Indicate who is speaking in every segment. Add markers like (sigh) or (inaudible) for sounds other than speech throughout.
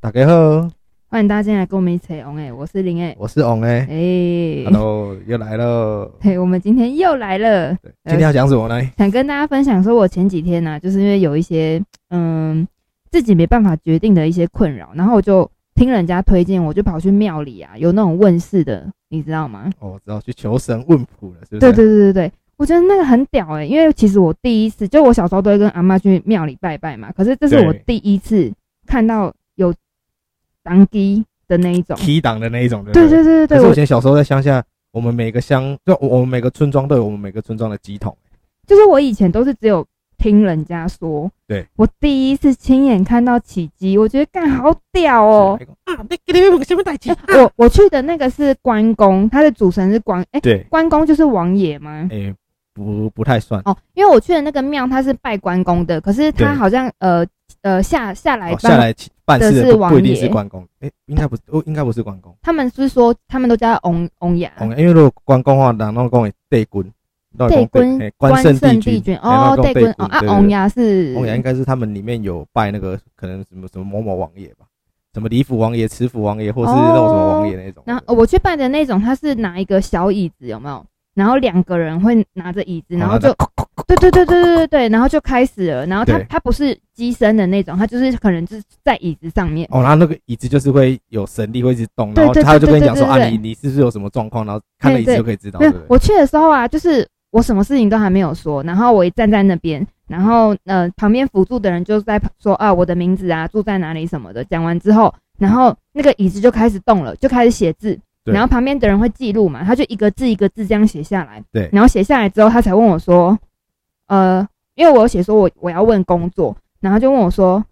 Speaker 1: 大家好，
Speaker 2: 欢迎大家进来跟我们一起玩哎，我是林哎，
Speaker 1: 我是王哎
Speaker 2: 哎，
Speaker 1: ，Hello，又来了。
Speaker 2: (laughs) 嘿，我们今天又来了，
Speaker 1: 对今天要讲什么呢？
Speaker 2: 想跟大家分享说，我前几天呢、就是因为有一些嗯自己没办法决定的一些困扰，然后我就听人家推荐，我就跑去庙里啊，有那种问世的，你知道吗？
Speaker 1: 哦，我知道去求神问卜了，是不是？
Speaker 2: 对对对对对，我觉得那个很屌哎、因为其实我第一次，就我小时候都会跟阿妈去庙里拜拜嘛，可是这是
Speaker 1: 对
Speaker 2: 我第一次看到有当机的那一种。
Speaker 1: ，key 档的那一种，对不
Speaker 2: 对
Speaker 1: 对可
Speaker 2: 对对对
Speaker 1: 是
Speaker 2: 对，
Speaker 1: 我以
Speaker 2: 我
Speaker 1: 前小时候在乡下，我们每个乡，就我们每个村庄都有我们每个村庄的鸡桶。
Speaker 2: 就是我以前都是只有听人家说，
Speaker 1: 对
Speaker 2: 我第一次亲眼看到起鸡，我觉得干好屌哦、
Speaker 1: 是，啊，你给你们什么代
Speaker 2: 哎我我去的那个是关公，他的主神是关，哎、
Speaker 1: 对，
Speaker 2: 关公就是王爷吗？
Speaker 1: 哎，不不太算，
Speaker 2: 哦，因为我去的那个庙，他是拜关公的，可是他
Speaker 1: 对
Speaker 2: 好像呃呃下下来
Speaker 1: 哦
Speaker 2: 拜
Speaker 1: 下来起办事
Speaker 2: 的是
Speaker 1: 的不
Speaker 2: 王
Speaker 1: 不一定
Speaker 2: 爷
Speaker 1: 是关公，哎，应该不是，哦，应该不是关公，
Speaker 2: 他们是说他们都叫翁翁牙，
Speaker 1: 哦因为如果关公的话，人拢讲会帝君，都会
Speaker 2: 帝
Speaker 1: 讲
Speaker 2: 君
Speaker 1: 嘿关圣帝
Speaker 2: 帝
Speaker 1: 君
Speaker 2: 君，哦，
Speaker 1: 对
Speaker 2: 帝
Speaker 1: 那种
Speaker 2: 君
Speaker 1: 帝
Speaker 2: 哦
Speaker 1: 君
Speaker 2: 啊，
Speaker 1: 对对对
Speaker 2: 翁牙是
Speaker 1: 王爷应该是他们里面有拜那个可能什么什么某某王爷吧，什么李府王爷、池府王爷，或是那种什么王爷那种的。
Speaker 2: 然后呃我去拜的那种，他是拿一个小椅子，有没有？然后两个人会拿着椅
Speaker 1: 哦
Speaker 2: 子，然后就对对对对对对对，然后就开始了。然后他
Speaker 1: 对
Speaker 2: 他不是机身的那种，他就是可能就是在椅子上面。
Speaker 1: 哦，然后那个椅子就是会有神力会一直动，
Speaker 2: 对
Speaker 1: 然后
Speaker 2: 对
Speaker 1: 他就跟你讲
Speaker 2: 对
Speaker 1: 说
Speaker 2: 对
Speaker 1: 啊，
Speaker 2: 对
Speaker 1: 你你是不是有什么状况？然后看了椅子
Speaker 2: 对对
Speaker 1: 就可以知道，
Speaker 2: 没
Speaker 1: 对
Speaker 2: 有
Speaker 1: 不，对？
Speaker 2: 我去的时候啊，就是我什么事情都还没有说，然后我一站在那边，然后呃旁边辅助的人就在说啊我的名字啊住在哪里什么的。讲完之后，然后那个椅子就开始动了，就开始写字。
Speaker 1: 对
Speaker 2: 然后旁边的人会记录嘛，他就一个字一个字这样写下来。
Speaker 1: 对
Speaker 2: 然后写下来之后，他才问我说，呃，因为我有写说我我要问工作，然后他就问我说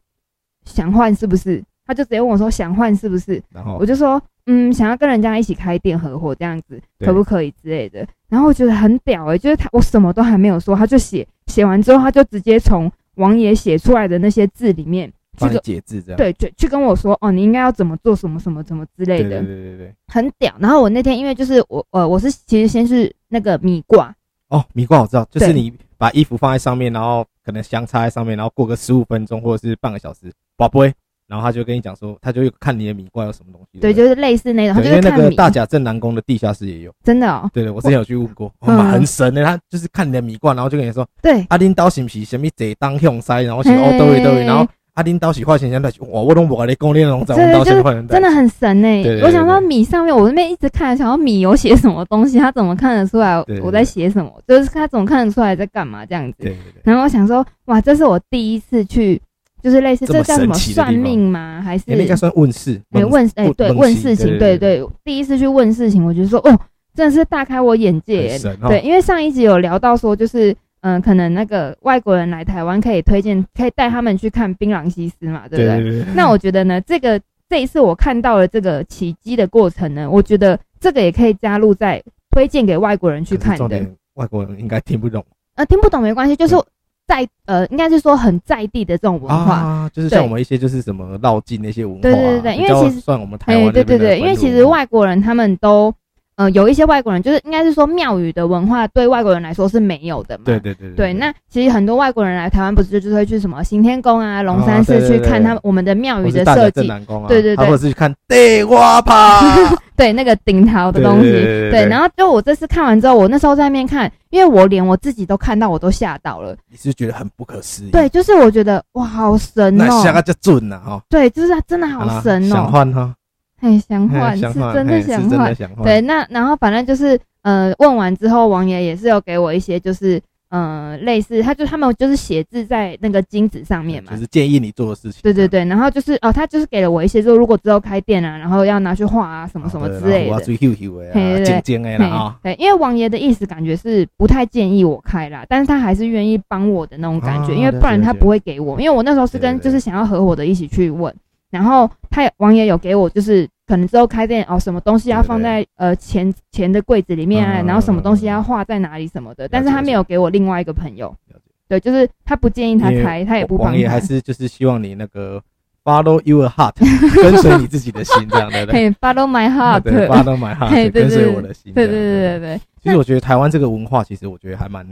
Speaker 2: 想换是不是？他就直接问我说想换是不是？
Speaker 1: 然后
Speaker 2: 我就说，嗯，想要跟人家一起开店合伙这样子，
Speaker 1: 对
Speaker 2: 可不可以之类的。然后我觉得很屌诶、就是他我什么都还没有说，他就写写完之后，他就直接从王爷写出来的那些字里面去
Speaker 1: 帮你
Speaker 2: 跟
Speaker 1: 解字这样。
Speaker 2: 对去去跟我说，哦，你应该要怎么做，什么什么什么之类
Speaker 1: 对
Speaker 2: 的，
Speaker 1: 对对对对。
Speaker 2: 很屌。然后我那天因为就是我呃我是其实先是那个米卦，
Speaker 1: 哦，米罐我知道，就是
Speaker 2: 对
Speaker 1: 你把衣服放在上面，然后可能香插在上面，然后过个十五分钟或者是半个小时，宝贝，然后他就跟你讲说，他就会看你的米罐有什么东西。
Speaker 2: 对，
Speaker 1: 不
Speaker 2: 就是类似那种，他
Speaker 1: 对因
Speaker 2: 就
Speaker 1: 为
Speaker 2: 是
Speaker 1: 那
Speaker 2: 看
Speaker 1: 个
Speaker 2: 米，
Speaker 1: 大甲镇南宫的地下室也有。
Speaker 2: 真的哦，
Speaker 1: 对对，我之前有去问过，
Speaker 2: 嗯
Speaker 1: 哇，很神的，他就是看你的米罐，然后就跟你说，
Speaker 2: 对，
Speaker 1: 阿林刀是不是什么坐当向塞，然后是哦对对对，
Speaker 2: 嘿
Speaker 1: 然后阿林刀是花钱钱来，哇，哦我拢无你讲你拢在
Speaker 2: 真
Speaker 1: 我
Speaker 2: 的
Speaker 1: 刀
Speaker 2: 就
Speaker 1: 先
Speaker 2: 是
Speaker 1: 换人
Speaker 2: 真的很神哎、
Speaker 1: 对对对
Speaker 2: 我想说
Speaker 1: 对
Speaker 2: 米上面，我那边一直看，想要米有写什么东西，他怎么看得出来
Speaker 1: 对对对
Speaker 2: 我在写什么？就是他怎么看得出来在干嘛这样子。
Speaker 1: 对对对，
Speaker 2: 然后我想说，哇，这是我第一次去，就是类似
Speaker 1: 这么
Speaker 2: 这叫什么
Speaker 1: 神奇的地
Speaker 2: 算
Speaker 1: 方
Speaker 2: 命吗？还是
Speaker 1: 欸那应该算问世，
Speaker 2: 哎、
Speaker 1: 问
Speaker 2: 问哎、
Speaker 1: 问
Speaker 2: 对
Speaker 1: 问
Speaker 2: 问
Speaker 1: 事
Speaker 2: 事情，
Speaker 1: 对对
Speaker 2: 对对，第一次去问事情，我就说哦，真的是大开我眼界、
Speaker 1: 很神哦，
Speaker 2: 对，因为上一集有聊到说，就是嗯、呃可能那个外国人来台湾可以推荐，可以带他们去看槟榔西施嘛，对不
Speaker 1: 对对对，
Speaker 2: 那我觉得呢，这个这一次我看到了这个起机的过程呢，我觉得这个也可以加入在推荐给外国人去
Speaker 1: 可是
Speaker 2: 看
Speaker 1: 重
Speaker 2: 的。
Speaker 1: 点外国人应该听不懂
Speaker 2: 呃，听不懂没关系，就是
Speaker 1: 对
Speaker 2: 在呃，应该是说很在地的这种文化。
Speaker 1: 啊，就是像
Speaker 2: 对
Speaker 1: 我们一些就是什么绕境那些文化啊，
Speaker 2: 对对对对因为
Speaker 1: 比较
Speaker 2: 其实
Speaker 1: 算我们台
Speaker 2: 哎、
Speaker 1: 湾
Speaker 2: 对
Speaker 1: 这
Speaker 2: 对
Speaker 1: 边的
Speaker 2: 对，因为
Speaker 1: 本土
Speaker 2: 其实
Speaker 1: 文化
Speaker 2: 外国人他们都呃，有一些外国人就是应该是说庙宇的文化对外国人来说是没有的嘛。
Speaker 1: 对对对
Speaker 2: 对，那其实很多外国人来台湾，不是就是会去什么行天宫啊、龙
Speaker 1: 啊
Speaker 2: 山
Speaker 1: 对对
Speaker 2: 寺去
Speaker 1: 对
Speaker 2: 看他们我们的庙
Speaker 1: 或
Speaker 2: 宇
Speaker 1: 是
Speaker 2: 的
Speaker 1: 大甲
Speaker 2: 设
Speaker 1: 镇
Speaker 2: 计，
Speaker 1: 南宫啊，
Speaker 2: 对对对
Speaker 1: 啊或者是去看地瓜趴，
Speaker 2: (laughs) 对那个
Speaker 1: (laughs)
Speaker 2: 顶桃的东西，
Speaker 1: 对对对对对
Speaker 2: 对，然后就我这次看完之后，我那时候在那边看，因为我连我自己都看到，我都吓到了。
Speaker 1: 你是不是觉得很不可思议，
Speaker 2: 对，，就是我觉得哇，好神
Speaker 1: 那下个啊
Speaker 2: 哦！
Speaker 1: 就准了哈，
Speaker 2: 对，就是真的
Speaker 1: 啦
Speaker 2: 好神
Speaker 1: 想
Speaker 2: 哦！
Speaker 1: 换哈，
Speaker 2: 很想
Speaker 1: 嘿
Speaker 2: 换，
Speaker 1: 哎想
Speaker 2: 是
Speaker 1: 换
Speaker 2: 真
Speaker 1: 嘿
Speaker 2: 的
Speaker 1: 是
Speaker 2: 想
Speaker 1: 真的
Speaker 2: 换。
Speaker 1: 想换，
Speaker 2: 对，那然后反正就是呃，问完之后，王爷也是有给我一些就是呃类似，他就他们就是写字在那个金纸上面嘛
Speaker 1: 就，是建议你做的事情。啊
Speaker 2: 对对
Speaker 1: 这样，
Speaker 2: 对，然后就是哦，他就是给了我一些，就如果之后开店啊，然后要拿去画啊什么什么之类
Speaker 1: 哦我要。
Speaker 2: 的
Speaker 1: 追 Q Q 的
Speaker 2: 嘿
Speaker 1: 啊，
Speaker 2: 对对
Speaker 1: 尖尖的啦啊。
Speaker 2: 对，因为王爷的意思感觉是不太建议我开啦，但是他还是愿意帮我的那种感觉，
Speaker 1: 啊
Speaker 2: 因为不然
Speaker 1: 了解
Speaker 2: 他不会给我，因为我那时候是
Speaker 1: 对
Speaker 2: 跟
Speaker 1: 对对
Speaker 2: 就是想要合伙的一起去问，然后他也王爷有给我就是可能之后开店哦，什么东西要
Speaker 1: 对对
Speaker 2: 放在呃钱钱的柜子里面啊，
Speaker 1: 嗯
Speaker 2: 然后什么东西要画在哪里什么的，但是他没有给我另外一个朋友
Speaker 1: 了解，
Speaker 2: 对，就是他不建议他
Speaker 1: 因
Speaker 2: 开，
Speaker 1: 为
Speaker 2: 他也不帮
Speaker 1: 王爷
Speaker 2: 他
Speaker 1: 还。是就是希望你那个 follow your
Speaker 2: (laughs)
Speaker 1: heart，跟随你自己的心，这样对不对？
Speaker 2: 嘿，follow my heart，
Speaker 1: (laughs) 对
Speaker 2: (laughs)
Speaker 1: 对，follow my
Speaker 2: 嘿
Speaker 1: heart，
Speaker 2: 对对
Speaker 1: 跟随我的心。
Speaker 2: 对对嗯
Speaker 1: 这样
Speaker 2: 对对对，
Speaker 1: 其实我觉得台湾这个文化，其实我觉得还蛮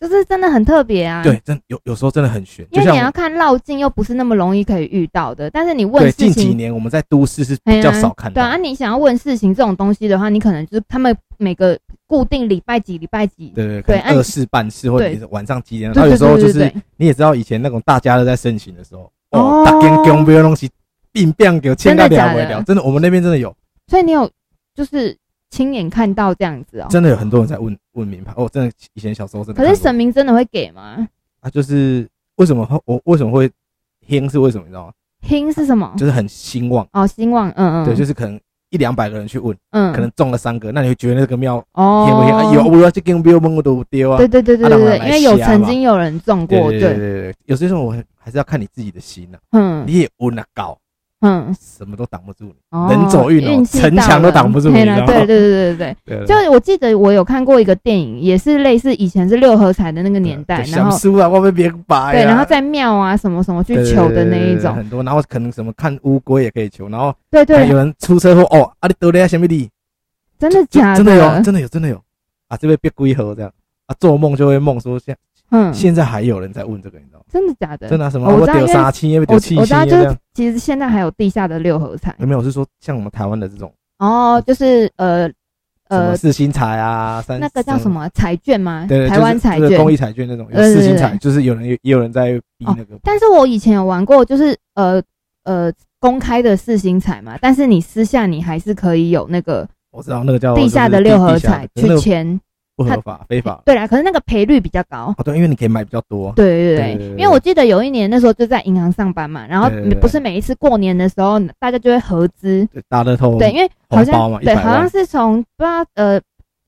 Speaker 2: 就是真的很特别啊。
Speaker 1: 对，，真有有时候真的很悬，就
Speaker 2: 因为
Speaker 1: 像
Speaker 2: 你要
Speaker 1: 我
Speaker 2: 看绕境又不是那么容易可以遇到的，但是你问
Speaker 1: 对
Speaker 2: 事
Speaker 1: 近几
Speaker 2: 情，
Speaker 1: 年我们在都市是
Speaker 2: 哎
Speaker 1: 比
Speaker 2: 呀
Speaker 1: 较少看
Speaker 2: 对
Speaker 1: 到，
Speaker 2: 啊，你想要问事情这种东西的话，你可能就是他们每个固定礼拜几礼拜几，
Speaker 1: 对对，可
Speaker 2: 对
Speaker 1: 能
Speaker 2: 啊你
Speaker 1: 二事半事或者
Speaker 2: 对
Speaker 1: 你是晚上几点，
Speaker 2: 对
Speaker 1: 然后有时候就
Speaker 2: 对对
Speaker 1: 是
Speaker 2: 对
Speaker 1: 你也知道以前那种大家都在盛行的时候，
Speaker 2: 哦
Speaker 1: 哦，大间公不要东西，病病给我欠到
Speaker 2: 真的
Speaker 1: 两
Speaker 2: 假
Speaker 1: 回
Speaker 2: 的
Speaker 1: 聊，真的，我们那边真的有，
Speaker 2: 所以你有就是亲眼看到这样子哦。
Speaker 1: 真的有很多人在问问名牌，哦，真的以前小时候真的
Speaker 2: 可
Speaker 1: 看过。
Speaker 2: 是神明真的会给吗？
Speaker 1: 啊，就是为什么会我为什么会兴是为什么你知道吗？
Speaker 2: 听是什么？
Speaker 1: 就是很兴旺，
Speaker 2: 哦，兴旺，嗯嗯，
Speaker 1: 对，就是可能一两百个人去问，
Speaker 2: 嗯，
Speaker 1: 可能中了三个，那你会觉得那个庙
Speaker 2: 哦
Speaker 1: 兴不兴？啊，有我要去跟庙问我都丢啊
Speaker 2: 对。对对对
Speaker 1: 啊
Speaker 2: 对
Speaker 1: 当
Speaker 2: 对，
Speaker 1: 然
Speaker 2: 因
Speaker 1: 来
Speaker 2: 为有
Speaker 1: 瞎
Speaker 2: 曾
Speaker 1: 嘛
Speaker 2: 经有人中
Speaker 1: 对
Speaker 2: 过，
Speaker 1: 对对，对对，有些时候我还还是要看你自己的心呐，
Speaker 2: 嗯
Speaker 1: 你也问啊搞，
Speaker 2: 嗯，
Speaker 1: 什么都挡不住你。
Speaker 2: 哦
Speaker 1: 人走运哦
Speaker 2: 气
Speaker 1: 城
Speaker 2: 到
Speaker 1: 墙都
Speaker 2: 了
Speaker 1: 挡不住
Speaker 2: 嘿
Speaker 1: 你
Speaker 2: 啦
Speaker 1: 知道
Speaker 2: 对
Speaker 1: 吗
Speaker 2: 对对对对
Speaker 1: 对
Speaker 2: 对，就我记得我有看过一个电影，也是类似以前是六合彩的那个年代，然
Speaker 1: 想
Speaker 2: 后
Speaker 1: 输啊，外面别白。
Speaker 2: 对，然后在庙啊什么什么去
Speaker 1: 对对
Speaker 2: 求
Speaker 1: 对
Speaker 2: 的
Speaker 1: 对
Speaker 2: 那
Speaker 1: 对
Speaker 2: 一
Speaker 1: 对
Speaker 2: 种，
Speaker 1: 很多，然后可能什么看乌龟也可以求，然后
Speaker 2: 对对
Speaker 1: 有，人出车祸哦，啊你得了什么的？
Speaker 2: 真的
Speaker 1: 就
Speaker 2: 假
Speaker 1: 真的有，真的有，真的有啊！这边别龟盒这样啊，做梦就会梦说现
Speaker 2: 嗯，
Speaker 1: 现在还有人在问这个，你知道吗？
Speaker 2: 真的假的？
Speaker 1: 真的啊什么
Speaker 2: 哦
Speaker 1: 我
Speaker 2: 我知道
Speaker 1: 丢
Speaker 2: 因为
Speaker 1: 杀青，因为
Speaker 2: 我
Speaker 1: 丢气
Speaker 2: 我
Speaker 1: 息
Speaker 2: 知道，
Speaker 1: 这
Speaker 2: 就是
Speaker 1: 样。嗯
Speaker 2: 其实现在还有地下的六合彩，
Speaker 1: 没有，我是说像我们台湾的这种
Speaker 2: 哦，就是呃
Speaker 1: 什么
Speaker 2: 呃，
Speaker 1: 四星彩啊，三
Speaker 2: 那个叫什？么彩券吗？
Speaker 1: 对对，
Speaker 2: 台湾彩
Speaker 1: 就是就是
Speaker 2: 券
Speaker 1: 公益彩券那种，有
Speaker 2: 对对
Speaker 1: 四星
Speaker 2: 对
Speaker 1: 彩，就是有人也有人在逼那个，
Speaker 2: 但是我以前有玩过，就是呃呃公开的四星彩嘛，但是你私下你还是可以有那个
Speaker 1: 我知道那个叫
Speaker 2: 地下的六合
Speaker 1: 哦地下
Speaker 2: 彩
Speaker 1: 的可是
Speaker 2: 去
Speaker 1: 那个
Speaker 2: 签。
Speaker 1: 不合法非法。
Speaker 2: 对啦，可是那个赔率比较高。
Speaker 1: 哦，对，因为你可以买比较多，
Speaker 2: 对对
Speaker 1: 对
Speaker 2: 对
Speaker 1: 对对对
Speaker 2: 因为我记得有一年那时候就在银行上班嘛，然后
Speaker 1: 对对对
Speaker 2: 不是每一次过年的时候大家就会合资，
Speaker 1: 对大乐透，
Speaker 2: 对，，因为好
Speaker 1: 哦红包
Speaker 2: 像
Speaker 1: 嘛
Speaker 2: 对，
Speaker 1: 100万
Speaker 2: 好像是从不知道呃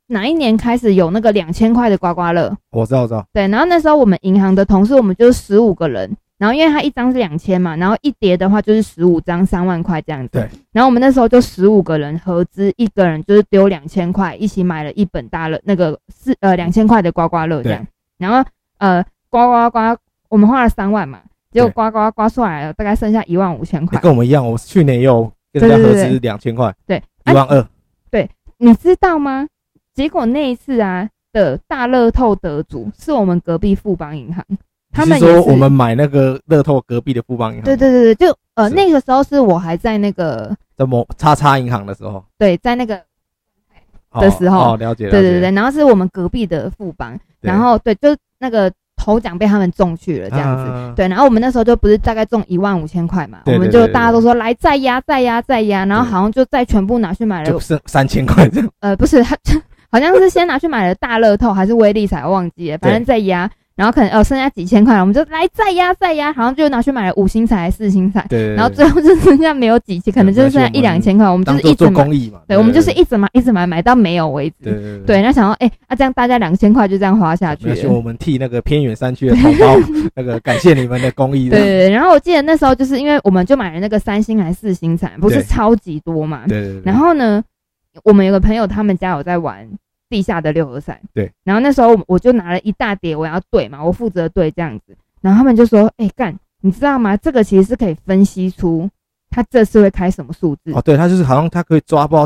Speaker 2: 哪一年开始有那个两千块的刮刮乐，
Speaker 1: 我知道，我知道，
Speaker 2: 对，然后那时候我们银行的同事，我们就是十五个人，然后因为他一张是两千嘛，然后一叠的话就是十五张，三万块这样子。
Speaker 1: 对。
Speaker 2: 然后我们那时候就十五个人合资，一个人就是丢两千块，一起买了一本大乐那个四呃两千块的刮刮乐这样。然后呃刮刮刮，我们花了三万嘛，结果
Speaker 1: 对
Speaker 2: 刮刮刮出来了，大概剩下一万五千
Speaker 1: 你
Speaker 2: 块。
Speaker 1: 跟我们一样，我去年也有跟人家
Speaker 2: 对
Speaker 1: 合
Speaker 2: 对对
Speaker 1: 资两千块，
Speaker 2: 对，
Speaker 1: 一
Speaker 2: 啊，
Speaker 1: 万二，
Speaker 2: 你知道吗？结果那一次啊的大乐透得主是我们隔壁富邦银行，
Speaker 1: 嗯
Speaker 2: 他
Speaker 1: 你
Speaker 2: 们
Speaker 1: 是
Speaker 2: 也
Speaker 1: 说
Speaker 2: 是
Speaker 1: 我们买那个乐透隔壁的富邦银行？
Speaker 2: 对对，对对，就呃
Speaker 1: 是
Speaker 2: 那个时候是我还在那个
Speaker 1: 在某叉叉银行的时候
Speaker 2: 对在那个
Speaker 1: 哦
Speaker 2: 的时候
Speaker 1: 哦，了解，了
Speaker 2: 对对
Speaker 1: 解
Speaker 2: 对，对，然后是我们隔壁的富邦，然后对就那个头奖被他们中去了这样子。
Speaker 1: 子，
Speaker 2: 对，然后我们那时候就不是大概中一万五千块嘛，我
Speaker 1: 啊对
Speaker 2: 们
Speaker 1: 对对
Speaker 2: 就
Speaker 1: 对
Speaker 2: 大家都说来再压再压再压，然后
Speaker 1: 对
Speaker 2: 好像就再全部拿去买
Speaker 1: 就
Speaker 2: 了，
Speaker 1: 剩三千块这样，
Speaker 2: 呃，不是， (laughs) 他好像是先拿去买了大乐透还是威力彩，我忘记了，反正再压，然后可能呃剩下几千块，我们就来再压再压，好像就拿去买了五星彩还是四星彩，
Speaker 1: 对，对对
Speaker 2: 然后最后就剩下没有几千，可能就是剩下一两千块，我们就
Speaker 1: 当
Speaker 2: 是
Speaker 1: 做
Speaker 2: 一直
Speaker 1: 做
Speaker 2: 买，
Speaker 1: 公益嘛，
Speaker 2: 对，我们就是一直买，一直买，买到没有为
Speaker 1: 对
Speaker 2: 止。
Speaker 1: 对
Speaker 2: 对，那想说，哎，啊，这样大家两千块就这样花下去
Speaker 1: 没
Speaker 2: 了。
Speaker 1: 关系我们替那个偏远山区的同胞 (laughs) 那个感谢你们的公益，
Speaker 2: 对对对，然后我记得那时候就是因为我们就买了那个三星还是四星彩，不是
Speaker 1: 对
Speaker 2: 超级多嘛。
Speaker 1: 对对对，
Speaker 2: 然后呢，我们有个朋友他们家有在玩地下的六合彩，
Speaker 1: 对。
Speaker 2: 然后那时候我我就拿了一大叠，我要对嘛，我负责对这样子。然后他们就说，哎，干，你知道吗？这个其实是可以分析出他这次会开什么数字
Speaker 1: 哦，对他就是好像他可以抓包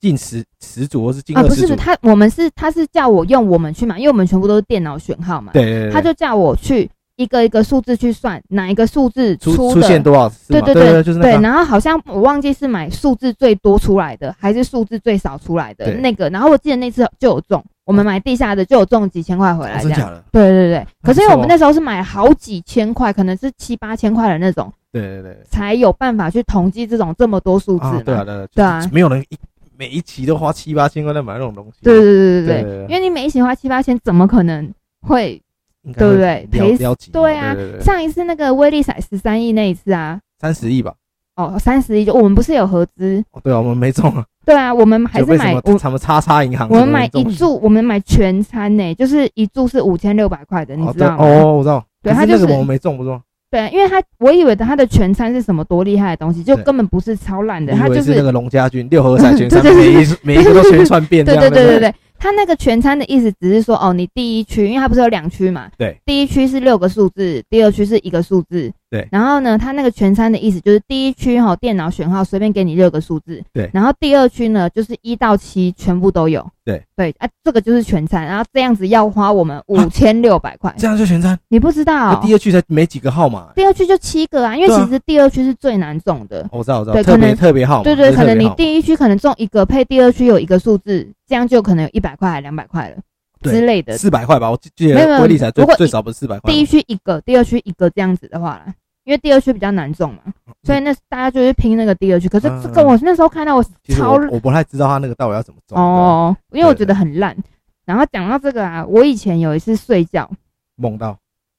Speaker 1: 近十十组或是近
Speaker 2: 啊，
Speaker 1: 二
Speaker 2: 不
Speaker 1: 十
Speaker 2: 是
Speaker 1: 组，
Speaker 2: 他，我们是他是叫我用我们去买，因为我们全部都是电脑选号嘛，
Speaker 1: 对对对，
Speaker 2: 他就叫我去一个一个数字去算哪一个数字
Speaker 1: 出
Speaker 2: 出
Speaker 1: 出
Speaker 2: 的，
Speaker 1: 现多少次
Speaker 2: 对
Speaker 1: 嘛，
Speaker 2: 对
Speaker 1: 对
Speaker 2: 对
Speaker 1: 就是那个啊
Speaker 2: 然后好像我忘记是买数字最多出来的，还是数字最少出来的
Speaker 1: 对
Speaker 2: 那个，然后我记得那次就有中，我们买地下的就有中几千块回
Speaker 1: 哦
Speaker 2: 来这
Speaker 1: 真
Speaker 2: 样。
Speaker 1: 假的，
Speaker 2: 对对对，可是因为我
Speaker 1: 不错哦
Speaker 2: 们那时候是买好几千块，可能是七八千块的那种，
Speaker 1: 对对对对，
Speaker 2: 才有办法去统计这种这么多数字
Speaker 1: 啊
Speaker 2: 嘛。
Speaker 1: 对啊对啊
Speaker 2: 对啊
Speaker 1: 就是没有人一每一期都花七八千块在买那种东西，
Speaker 2: 对对对对
Speaker 1: 对对
Speaker 2: 对，因为你每一席花七八千，怎么可能会？
Speaker 1: 应该
Speaker 2: 对不
Speaker 1: 会
Speaker 2: 对
Speaker 1: 撩
Speaker 2: 赔
Speaker 1: 撩几亿
Speaker 2: 对啊
Speaker 1: 对对对，
Speaker 2: 上一次那个威力彩十三亿那一次啊，
Speaker 1: 三十亿吧，
Speaker 2: 哦，三十亿就我们不是有合资？
Speaker 1: 哦对啊，我们没中啊，
Speaker 2: 对啊，我们还
Speaker 1: 就是为什
Speaker 2: 买
Speaker 1: 么
Speaker 2: 我
Speaker 1: 什么叉叉银行，
Speaker 2: 我
Speaker 1: 什
Speaker 2: 们
Speaker 1: 么
Speaker 2: 买
Speaker 1: 中
Speaker 2: 一注，我们买全餐呢、就是一注是五千六百块的，你
Speaker 1: 哦
Speaker 2: 知
Speaker 1: 对
Speaker 2: 道吗？
Speaker 1: 哦，我知道，
Speaker 2: 对
Speaker 1: 可
Speaker 2: 他就是
Speaker 1: 那个我们没中不中，
Speaker 2: 对，因为他我以为他的全餐是什么多厉害的东西，就
Speaker 1: 对
Speaker 2: 根本不是超烂的，
Speaker 1: 你
Speaker 2: 他
Speaker 1: 以为
Speaker 2: 就是是
Speaker 1: 那个龙家军六合彩全
Speaker 2: (laughs) 对
Speaker 1: 三，
Speaker 2: 对对
Speaker 1: 每一每一个都全串遍这
Speaker 2: 对
Speaker 1: 样，
Speaker 2: 对对
Speaker 1: 不
Speaker 2: 对对，他那个全餐的意思只是说，哦，你第一区，因为它不是有两区嘛，
Speaker 1: 对，
Speaker 2: 第一区是六个数字，第二区是一个数字，
Speaker 1: 对
Speaker 2: 然后呢，它那个全餐的意思就是第一区哈、电脑选号随便给你六个数字，
Speaker 1: 对
Speaker 2: 然后第二区呢，就是一到七全部都有，
Speaker 1: 对
Speaker 2: 对啊，这个就是全餐，然后这样子要花我们五千六百块，
Speaker 1: 这样就全餐。
Speaker 2: 你不知
Speaker 1: 那
Speaker 2: 道，
Speaker 1: 第二区才没几个号码、
Speaker 2: 第二区就七个啊，因为
Speaker 1: 对啊
Speaker 2: 其实第二区是最难中的，
Speaker 1: 哦我知道，我知道，
Speaker 2: 对
Speaker 1: 特
Speaker 2: 可
Speaker 1: 别
Speaker 2: 能
Speaker 1: 特别号码，
Speaker 2: 对对，
Speaker 1: 就是
Speaker 2: 可
Speaker 1: 特别
Speaker 2: 能你
Speaker 1: 号码
Speaker 2: 第一区可能中一个，配第二区有一个数字，这样就可能有一百块、还两百块了
Speaker 1: 对哎
Speaker 2: 之类的。
Speaker 1: 四百块吧，我记记
Speaker 2: 没有没
Speaker 1: 得
Speaker 2: 有
Speaker 1: 威力才最
Speaker 2: 如果
Speaker 1: 最少不是四百块吗，
Speaker 2: 第一区一个，第二区一个这样子的话啦，因为第二区比较难中嘛，所以那大家就去拼那个第二区。可是这个
Speaker 1: 嗯
Speaker 2: 我那时候看到我
Speaker 1: 其实
Speaker 2: 超
Speaker 1: 我我不太知道他那个到底要怎么中。哦，
Speaker 2: 哦，因为我觉得很烂。然后讲到这个啊，我以前有一次睡觉，
Speaker 1: 梦到，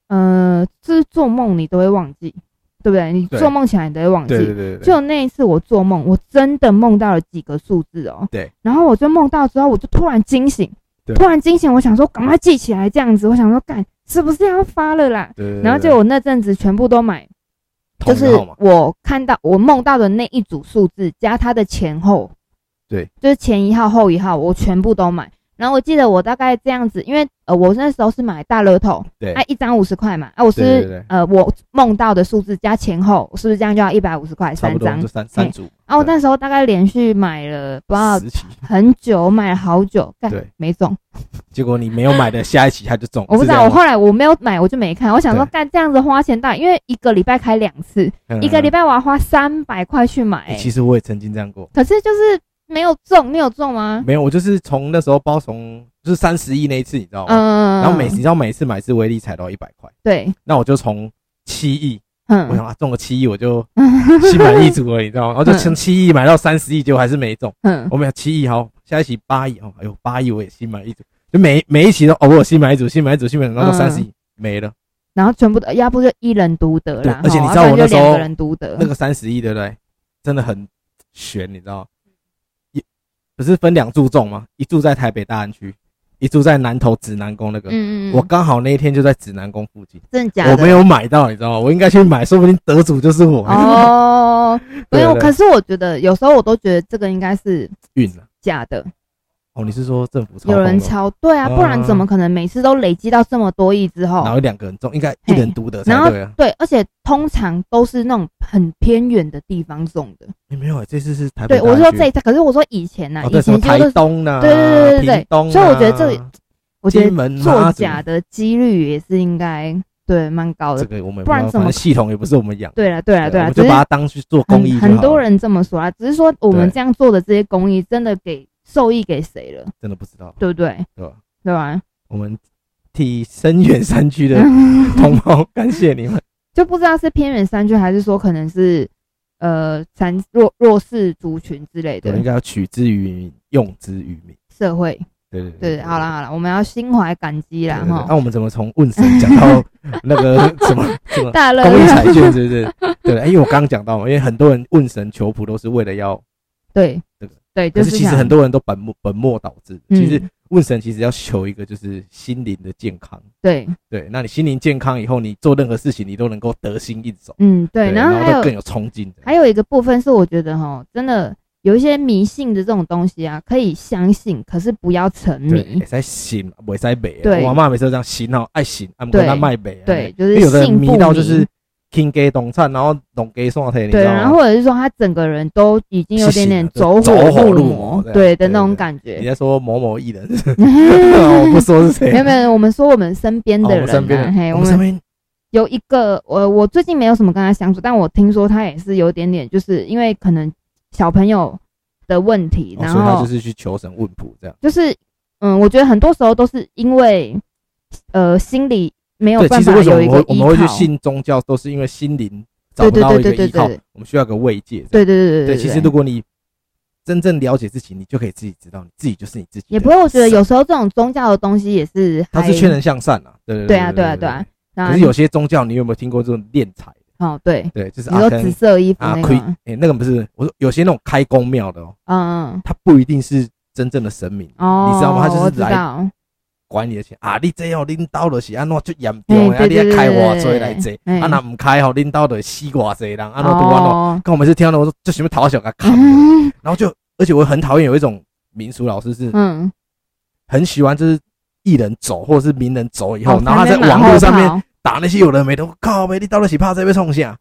Speaker 2: 呃，就是做梦你都会忘记，对不对？你
Speaker 1: 对
Speaker 2: 做梦起来你都会忘记。
Speaker 1: 对对对对，
Speaker 2: 嗯就那一次我做梦，我真的梦到了几个数字哦。
Speaker 1: 对。
Speaker 2: 然后我就梦到之后，我就突然惊醒，
Speaker 1: 对
Speaker 2: 突然惊醒，我想说赶快记起来这样子，我想说干是不是要发了啦？
Speaker 1: 对对对
Speaker 2: 然后
Speaker 1: 对
Speaker 2: 就我那阵子全部都买，
Speaker 1: 同
Speaker 2: 就
Speaker 1: 一
Speaker 2: 是
Speaker 1: 个号码
Speaker 2: 我看到我梦到的那一组数字加它的前后，
Speaker 1: 对，
Speaker 2: 就是前一号后一号，我全部都买。然后我记得我大概这样子，因为呃我那时候是买大乐透，
Speaker 1: 对
Speaker 2: 啊一张五十块嘛，啊我是
Speaker 1: 对对对
Speaker 2: 呃我梦到的数字加前后，是不是这样就要一百五十块
Speaker 1: 差不
Speaker 2: 三
Speaker 1: 多
Speaker 2: 张
Speaker 1: 就？三三组。
Speaker 2: 啊，我那时候大概连续买了不知道
Speaker 1: 十期，
Speaker 2: 很久，买了好久，干
Speaker 1: 对
Speaker 2: 没中。
Speaker 1: 结果你没有买的，下一期他就中。
Speaker 2: 我不知
Speaker 1: 是这样
Speaker 2: 道，我
Speaker 1: 吗
Speaker 2: 后来我没有买，我就没看。我想说，
Speaker 1: 对
Speaker 2: 干这样子花钱大，因为一个礼拜开两次，一个礼拜我要花三百块去买、
Speaker 1: 嗯其实我也曾经这样过，
Speaker 2: 可是就是没有中，你有中吗？
Speaker 1: 没有，我就是从那时候包从就是三十亿那一次，你知道吗？
Speaker 2: 嗯，
Speaker 1: 然后每你知道每次买是威力才到一百块，
Speaker 2: 对，
Speaker 1: 那我就从七亿，我
Speaker 2: 嗯
Speaker 1: 想啊中了七亿我
Speaker 2: (laughs)
Speaker 1: 就心满意足了，你知道吗？然后就从七亿买到三十亿，结果还是没中。
Speaker 2: 嗯，
Speaker 1: 我们有七亿好，下一期八亿哦，哎呦八亿我也心满意足，就每每一期都哦偶尔心满意足，心满意足，心满意足，然后
Speaker 2: 嗯
Speaker 1: 三十亿没了，
Speaker 2: 然后全部都，要不就一人独得啦，
Speaker 1: 对而且
Speaker 2: 吼
Speaker 1: 你知道
Speaker 2: 要不
Speaker 1: 我那
Speaker 2: 然
Speaker 1: 时
Speaker 2: 就
Speaker 1: 候
Speaker 2: 两个人独得
Speaker 1: 那，个三十亿对不对？真的很悬，你知道吗？一不是分两注中吗？一注在台北大安区，一注在南投指南宫那个。
Speaker 2: 嗯嗯嗯，
Speaker 1: 我刚好那一天就在指南宫附近，
Speaker 2: 真的假的？
Speaker 1: 我没有买到，你知道吗？我应该去买，说不定得主就是我。 (laughs)
Speaker 2: 哦，没有。
Speaker 1: 对对
Speaker 2: 可是我觉得有时候我都觉得这个应该是
Speaker 1: 运了
Speaker 2: 假的，
Speaker 1: 哦，你是说政府操控
Speaker 2: 有
Speaker 1: 的
Speaker 2: 人敲，对啊，
Speaker 1: 嗯
Speaker 2: 不然怎么可能每次都累积到这么多亿之
Speaker 1: 然后
Speaker 2: 后？
Speaker 1: 两个人中，应该一人独得才
Speaker 2: 然后
Speaker 1: 对啊。
Speaker 2: 对，而且通常都是那种很偏远的地方中的。
Speaker 1: 诶没有，这次是台北
Speaker 2: 对，
Speaker 1: 大安
Speaker 2: 我
Speaker 1: 区。
Speaker 2: 说这一次，可是我说以前呐、
Speaker 1: 哦，对，
Speaker 2: 以
Speaker 1: 什么
Speaker 2: 前
Speaker 1: 台
Speaker 2: 就是
Speaker 1: 东呢？
Speaker 2: 对对对对对
Speaker 1: 屏东啊
Speaker 2: 所以我觉得这个我觉
Speaker 1: 金
Speaker 2: 得
Speaker 1: 门啊
Speaker 2: 作
Speaker 1: 妈祖
Speaker 2: 假的几率也是应该对蛮高
Speaker 1: 这
Speaker 2: 的。
Speaker 1: 个我们
Speaker 2: 不然
Speaker 1: 没办法
Speaker 2: 怎么
Speaker 1: 反正系统也不是我们养，
Speaker 2: 对了，对了，啊对
Speaker 1: 我
Speaker 2: 了，
Speaker 1: 们
Speaker 2: 只
Speaker 1: 就是把它当去做公益就
Speaker 2: 很
Speaker 1: 好了
Speaker 2: 很多人这么说啦，只是说我们
Speaker 1: 对
Speaker 2: 这样做的这些公益真的给受益给谁了，
Speaker 1: 真的不知道，
Speaker 2: 对不对？
Speaker 1: 对吧？
Speaker 2: 对吧？
Speaker 1: 我们替深远山区的
Speaker 2: (laughs)
Speaker 1: 同胞感谢你们。
Speaker 2: 就不知道是偏远山区，还是说可能是呃残弱弱势族群之类
Speaker 1: 我们应
Speaker 2: 的
Speaker 1: 该要取之于民，用之于民。
Speaker 2: 社会。
Speaker 1: 对对对
Speaker 2: 对，好啦好啦，我们要心怀感激
Speaker 1: 对
Speaker 2: 啦
Speaker 1: 对哦对那
Speaker 2: 哈。
Speaker 1: 我们怎么从问神讲到那个
Speaker 2: (laughs)
Speaker 1: 什么什么
Speaker 2: 大乐
Speaker 1: 公益彩券，是不是？对，哎因为我刚刚讲到嘛，因为很多人问神求福都是为了要，
Speaker 2: 对
Speaker 1: 这个
Speaker 2: 对，
Speaker 1: 可
Speaker 2: 就是
Speaker 1: 其实
Speaker 2: 想
Speaker 1: 很多人都本末本末倒置。
Speaker 2: 嗯
Speaker 1: 其实问神其实要求一个就是心灵的健康。
Speaker 2: 对，
Speaker 1: 对，那你心灵健康以后，你做任何事情你都能够得心应手，
Speaker 2: 嗯对，
Speaker 1: 然
Speaker 2: 然后还有
Speaker 1: 会更有冲劲的。
Speaker 2: 还有一个部分是我觉得哈，真的有一些迷信的这种东西啊，可以相信，可是不要沉
Speaker 1: 对，
Speaker 2: 迷
Speaker 1: 也。在行，不会在美。
Speaker 2: 对
Speaker 1: 我妈每次都这样行哦，爱行，俺
Speaker 2: 对
Speaker 1: 跟他卖美。
Speaker 2: 对，就
Speaker 1: 因
Speaker 2: 是
Speaker 1: 为有的人
Speaker 2: 信不
Speaker 1: 迷到就是听给懂唱，然后懂给送他，你知
Speaker 2: 对，
Speaker 1: 道
Speaker 2: 然
Speaker 1: 吗？
Speaker 2: 后或者是说他整个人都已经有点点
Speaker 1: 是行了
Speaker 2: 走
Speaker 1: 走火入魔
Speaker 2: 魔，
Speaker 1: 这样
Speaker 2: 对的
Speaker 1: 对
Speaker 2: 那种
Speaker 1: 对
Speaker 2: 感
Speaker 1: 你 (laughs)
Speaker 2: 觉。
Speaker 1: 在说某某艺
Speaker 2: (laughs)
Speaker 1: 人，哦我不
Speaker 2: 没
Speaker 1: 说是谁，
Speaker 2: 有没有，我们说我们身边
Speaker 1: 哦
Speaker 2: 的
Speaker 1: 我们身
Speaker 2: 人啊，
Speaker 1: 边
Speaker 2: 嘿，
Speaker 1: 的，我
Speaker 2: 我
Speaker 1: 们身
Speaker 2: 们
Speaker 1: 边
Speaker 2: 有一个，我我最近没有什么跟他相处，但我听说他也是有点点，就是因为可能小朋友的问题，
Speaker 1: 哦
Speaker 2: 然
Speaker 1: 所以他
Speaker 2: 后
Speaker 1: 就是去求神问卜这样。
Speaker 2: 就是，嗯，我觉得很多时候都是因为，呃，心里没有
Speaker 1: 对，
Speaker 2: 办
Speaker 1: 其实
Speaker 2: 法
Speaker 1: 为什么
Speaker 2: 有
Speaker 1: 我
Speaker 2: 一
Speaker 1: 们
Speaker 2: 个
Speaker 1: 会我
Speaker 2: 依
Speaker 1: 们会去
Speaker 2: 靠。
Speaker 1: 信宗教，都是因为心灵找不
Speaker 2: 对对
Speaker 1: 到一
Speaker 2: 对
Speaker 1: 个
Speaker 2: 对
Speaker 1: 依靠
Speaker 2: 对对，
Speaker 1: 我们需要一个慰藉。
Speaker 2: 对对对对
Speaker 1: 对，
Speaker 2: 对，
Speaker 1: 其实如果你真正了解自己，你就可以自己知道，你自己就是你自己的神。
Speaker 2: 也不会，我觉得有时候这种宗教的东西也是
Speaker 1: 它
Speaker 2: 还，
Speaker 1: 是劝人向善啊，对对
Speaker 2: 对啊对啊对啊。当
Speaker 1: 可是
Speaker 2: 然
Speaker 1: 有些宗教，你有没有听过这种敛财的？
Speaker 2: 哦，对，
Speaker 1: 对，就是
Speaker 2: 你
Speaker 1: 啊，
Speaker 2: 说
Speaker 1: 可
Speaker 2: 紫
Speaker 1: 能
Speaker 2: 色衣服
Speaker 1: 啊
Speaker 2: 那个
Speaker 1: 亏
Speaker 2: 吗，，
Speaker 1: 哎，那个不是，我说有些那种开公庙的哦，
Speaker 2: 嗯嗯
Speaker 1: 它不一定是真正的神明，
Speaker 2: 嗯哦，
Speaker 1: 你知道吗它就是
Speaker 2: 我知
Speaker 1: 来
Speaker 2: 道，
Speaker 1: 管你的钱啊，你这样拎刀就是安怎就严重
Speaker 2: 嘿
Speaker 1: 的，啊，
Speaker 2: 对
Speaker 1: 你要
Speaker 2: 对对
Speaker 1: 开
Speaker 2: 对
Speaker 1: 偌
Speaker 2: 对
Speaker 1: 济
Speaker 2: 对
Speaker 1: 来坐，
Speaker 2: 嘿
Speaker 1: 啊，那唔开吼，拎刀就死偌济人，安怎啊都安怎。 (laughs)
Speaker 2: 哦，
Speaker 1: 刚我每次听到我说这什么讨小给他砍了，
Speaker 2: 嗯
Speaker 1: 然后就而且我很讨厌有一种民俗老师是
Speaker 2: 嗯，
Speaker 1: 很喜欢就是艺人走或者是名人走以后，
Speaker 2: 哦
Speaker 1: 然后他在
Speaker 2: 旁边
Speaker 1: 网
Speaker 2: 马
Speaker 1: 络
Speaker 2: 后
Speaker 1: 上面
Speaker 2: 炮
Speaker 1: 打那些有的没的，我靠呗，你到底是怕这被冲下？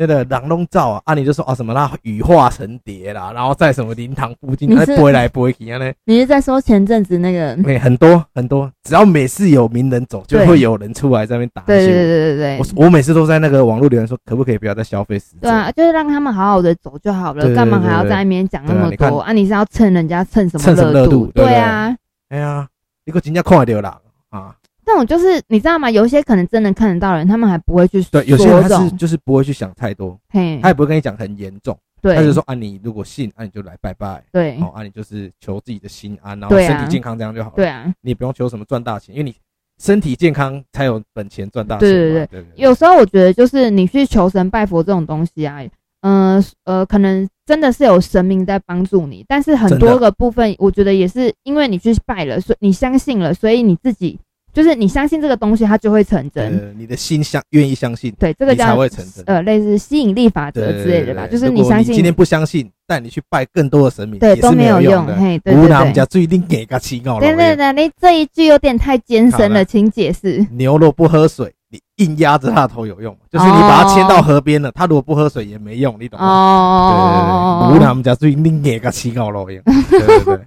Speaker 1: 那个狼龙照啊，啊你就说啊什么啦，羽化成蝶啦，然后在什么灵堂附近，
Speaker 3: 你
Speaker 1: 那
Speaker 3: 是
Speaker 1: 拨来拨去啊呢，
Speaker 3: 你是在说前阵子那
Speaker 1: (laughs)
Speaker 3: 个？
Speaker 1: 每很多很多，只要每次有名人走，就
Speaker 2: 对
Speaker 1: 会有人出来在那边打那
Speaker 2: 对
Speaker 1: 些
Speaker 2: 对
Speaker 1: 舞。
Speaker 2: 对对对，
Speaker 1: 我我每次都在那个网络留言说，可不可以不要再消费死者？
Speaker 2: 对啊，就是让他们好好的走就好了，
Speaker 1: 对
Speaker 2: 干嘛还要
Speaker 1: 对对
Speaker 2: 在那边讲那
Speaker 1: 对啊
Speaker 2: 么
Speaker 1: 你看
Speaker 2: 多啊？你是要蹭人家蹭什
Speaker 1: 蹭什
Speaker 2: 么
Speaker 1: 么热
Speaker 2: 度
Speaker 1: 度？对
Speaker 2: 对啊，
Speaker 1: 哎呀，你个真正看到啦啊！
Speaker 2: 但我就是你知道吗？有一些可能真的看得到人，他们还不会去说
Speaker 1: 对，有些人
Speaker 2: 这
Speaker 1: 他是
Speaker 2: 种，
Speaker 1: 就是不会去想太多，
Speaker 2: 嘿
Speaker 1: 他，也不会跟你讲很严重，
Speaker 2: 对，
Speaker 1: 他就说啊，你如果信，啊你就来拜拜，
Speaker 2: 对
Speaker 1: 哦，啊你就是求自己的心安，然后
Speaker 2: 对啊
Speaker 1: 身体健康这样就好了，
Speaker 2: 对啊。
Speaker 1: 你也不用求什么赚大钱，因为你身体健康才有本钱赚大钱嘛，
Speaker 2: 对
Speaker 1: 对
Speaker 2: 对
Speaker 1: 对
Speaker 2: 有时候我觉得就是你去求神拜佛这种东西啊，嗯呃，可能真的是有神明在帮助你，但是很多
Speaker 1: 真
Speaker 2: 个部分，我觉得也是因为你去拜了，所以你相信了，所以你自己就是你相信这个东西，它就会成
Speaker 1: 对
Speaker 2: 真。
Speaker 1: 对你的心相愿意相信，
Speaker 2: 对，这个
Speaker 1: 你才
Speaker 2: 叫
Speaker 1: 会成真。
Speaker 2: 呃类似吸引力法则
Speaker 1: 对
Speaker 2: 之类的吧，
Speaker 1: 对对
Speaker 2: 就是
Speaker 1: 如
Speaker 2: 你
Speaker 1: 果
Speaker 2: 相信
Speaker 1: 今天不相信，但你去拜更多的神明，
Speaker 2: 对
Speaker 1: 也
Speaker 2: 都
Speaker 1: 是
Speaker 2: 没有
Speaker 1: 有
Speaker 2: 用，
Speaker 1: 的。
Speaker 2: 嘿，对
Speaker 1: 无
Speaker 2: 对
Speaker 1: 我们
Speaker 2: 对
Speaker 1: 家。最定给个气我
Speaker 2: 对对
Speaker 1: 了。
Speaker 2: 对，你这一句有点太艰深
Speaker 1: 好
Speaker 2: 了，
Speaker 1: 了
Speaker 2: 请解释。
Speaker 1: 牛肉不喝水，你硬压着它的头有用吗？就是你把它牵到河边了，它如果不喝水也没用，你懂吗？
Speaker 2: 哦，
Speaker 1: 对对对，无我们家最定给个气我了用。对对对，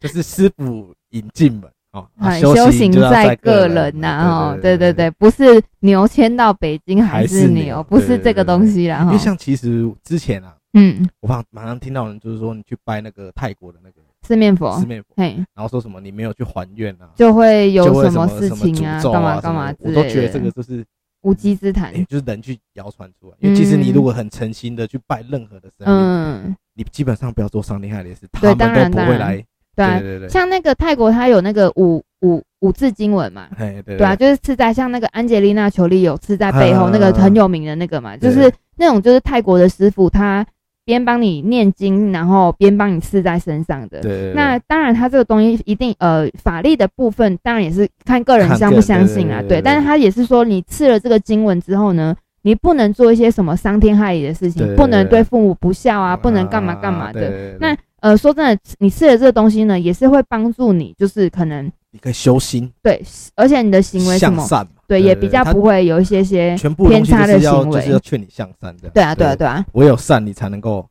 Speaker 1: 就是师傅引进门哦，啊
Speaker 2: 哎
Speaker 1: 修
Speaker 2: 行
Speaker 1: 就要
Speaker 2: 在
Speaker 1: 个
Speaker 2: 人呐，哦，对
Speaker 1: 对
Speaker 2: 对
Speaker 1: 对。
Speaker 2: 对，不是牛迁到北京还
Speaker 1: 还
Speaker 2: 是
Speaker 1: 是
Speaker 2: 牛，
Speaker 1: 牛
Speaker 2: 不
Speaker 1: 对
Speaker 2: 是
Speaker 1: 对
Speaker 2: 这个
Speaker 1: 对
Speaker 2: 东西啦，
Speaker 1: 因
Speaker 2: 哈
Speaker 1: 为，像其实之前啊，
Speaker 2: 嗯，
Speaker 1: 我怕马上听到人就是说你去拜那个泰国的那个
Speaker 2: 四面佛
Speaker 1: 四，面佛，
Speaker 2: 嘿，
Speaker 1: 然后说什么你没有去还愿啊，
Speaker 2: 就会
Speaker 1: 就
Speaker 2: 有
Speaker 1: 会
Speaker 2: 什
Speaker 1: 什么
Speaker 2: 事情啊，
Speaker 1: 什么诅咒
Speaker 2: 干嘛
Speaker 1: 啊
Speaker 2: 干嘛
Speaker 1: 什
Speaker 2: 之
Speaker 1: 么的
Speaker 2: 类的，
Speaker 1: 我都觉得这个就是
Speaker 2: 无稽之谈
Speaker 1: 哎、，就是人去谣传出来。因为其实你如果很诚心的去拜任何的神明，
Speaker 2: 嗯，
Speaker 1: 你基本上不要做伤天害理的事，他
Speaker 2: 对
Speaker 1: 们
Speaker 2: 当然
Speaker 1: 都不会来。
Speaker 2: 对啊，
Speaker 1: 对对对，
Speaker 2: 像那个泰国，它有那个五五五字经文嘛，
Speaker 1: 哎对对
Speaker 2: 对啊，就是刺在像那个安吉丽娜·裘丽有刺在背
Speaker 1: 嗯
Speaker 2: 后那个很有名的那个嘛，就
Speaker 1: 对
Speaker 2: 是那种就是泰国的师傅他边帮你念经，然后边帮你刺在身上的。
Speaker 1: 对对对
Speaker 2: 那当然，他这个东西一定呃法力的部分，当然也是看个人
Speaker 1: 看
Speaker 2: 相
Speaker 1: 个
Speaker 2: 不
Speaker 1: 人
Speaker 2: 相信啊。
Speaker 1: 对对对
Speaker 2: 对，
Speaker 1: 对
Speaker 2: 但是他也是说，你刺了这个经文之后呢，你不能做一些什么伤天害理的事
Speaker 1: 对
Speaker 2: 情，
Speaker 1: 对对
Speaker 2: 不能对父母不孝啊，不能干嘛干嘛
Speaker 1: 对
Speaker 2: 的。
Speaker 1: 对对
Speaker 2: 那呃，说真的，你刺了这个东西呢，也是会帮助你，就是可能
Speaker 1: 你可以修心
Speaker 2: 对，而且你的行为什
Speaker 1: 向
Speaker 2: 么，
Speaker 1: 善嘛，
Speaker 2: 对，也比较
Speaker 1: 他
Speaker 2: 不会有一些些，
Speaker 1: 全部东西就
Speaker 2: 偏
Speaker 1: 是
Speaker 2: 差的
Speaker 1: 要
Speaker 2: 行为
Speaker 1: 就是要劝你向善这样。
Speaker 2: 对啊，对啊，，对啊。
Speaker 1: 唯有善你才能够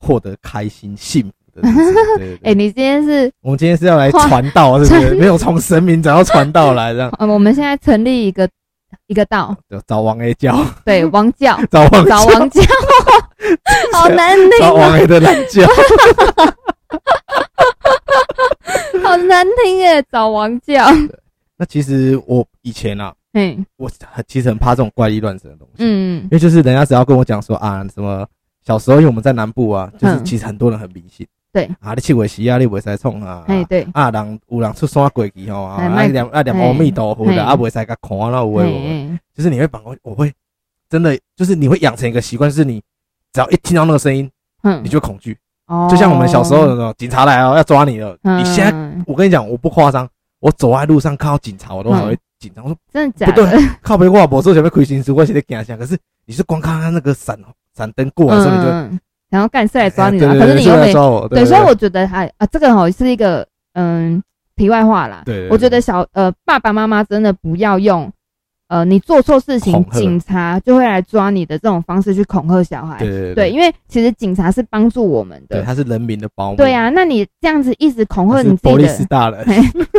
Speaker 1: 获得开心幸福的日
Speaker 2: (laughs)
Speaker 1: 子。对对对
Speaker 2: 哎，你今天是，
Speaker 1: 我们今天是要来
Speaker 2: 哇
Speaker 1: 传道，是不是？
Speaker 2: 真
Speaker 1: 没有从神明找到传道来，
Speaker 2: (laughs)
Speaker 1: 这样
Speaker 2: 呃，我们现在成立一个一个道，
Speaker 1: 就找王 A 教， (laughs)
Speaker 2: 对，王教，
Speaker 1: 找王
Speaker 2: 找
Speaker 1: 教 (laughs)
Speaker 2: 王教，好难听
Speaker 1: 找王
Speaker 2: 啊，
Speaker 1: A 的懒教。
Speaker 2: (laughs) 好难听哎，找王 (laughs) 教，
Speaker 1: 那其实我以前啊，
Speaker 2: 嗯
Speaker 1: 我很其实很怕这种怪力乱神的东西，嗯，
Speaker 2: 嗯
Speaker 1: 因，为就是人家只要跟我讲说啊什么小时候，因为我们在南部啊，就是
Speaker 2: 嗯
Speaker 1: 其实很多人很迷信，
Speaker 2: 对
Speaker 1: 啊，你去尾西啊，你尾塞冲啊，
Speaker 2: 哎对，
Speaker 1: 啊人有人出山过去吼，啊
Speaker 2: 哎
Speaker 1: 啊
Speaker 2: 卖
Speaker 1: 念啊念阿弥陀佛
Speaker 2: 哎
Speaker 1: 的，啊尾塞甲看啊那有诶无的，
Speaker 2: 嗯，
Speaker 1: 就是你会把我我会真的就是你会养成一个习惯，就是你只要一听到那个声音
Speaker 2: 嗯
Speaker 1: 你就恐惧，
Speaker 2: 哦
Speaker 1: 就像我们小时候的那种警察来哦要抓你了，你现在
Speaker 2: 嗯
Speaker 1: 我跟你讲我不夸张，我走在路上看到警察我都还会紧张，我说。
Speaker 2: 真的假
Speaker 1: 不对
Speaker 2: 的？，
Speaker 1: 靠背我我做前面亏心事，我是在惊吓。可是你是光看他那个闪闪灯过来的时候，你就
Speaker 2: 嗯，嗯然后干事来
Speaker 1: 哎
Speaker 2: 抓你
Speaker 1: 对
Speaker 2: 了，
Speaker 1: 对
Speaker 2: 可是
Speaker 1: 对
Speaker 2: 你
Speaker 1: 是
Speaker 2: 又
Speaker 1: 来
Speaker 2: 没
Speaker 1: 抓我，
Speaker 2: 对，所以我觉得还啊，这个吼是一个嗯题外话啦。
Speaker 1: 对对对
Speaker 2: 我觉得小呃爸爸妈妈真的不要用呃你做错事情
Speaker 1: 恐，吓
Speaker 2: 警察就会来抓你的这种方式去恐吓小孩。
Speaker 1: 对对对
Speaker 2: 对，因为其实警察是帮助我们
Speaker 1: 对，
Speaker 2: 的。
Speaker 1: 他是人民的保姆，
Speaker 2: 对啊，那你这样子一直恐吓
Speaker 1: 他是
Speaker 2: 你自
Speaker 1: 伯
Speaker 2: 己
Speaker 1: 利斯
Speaker 2: 的
Speaker 1: 大人，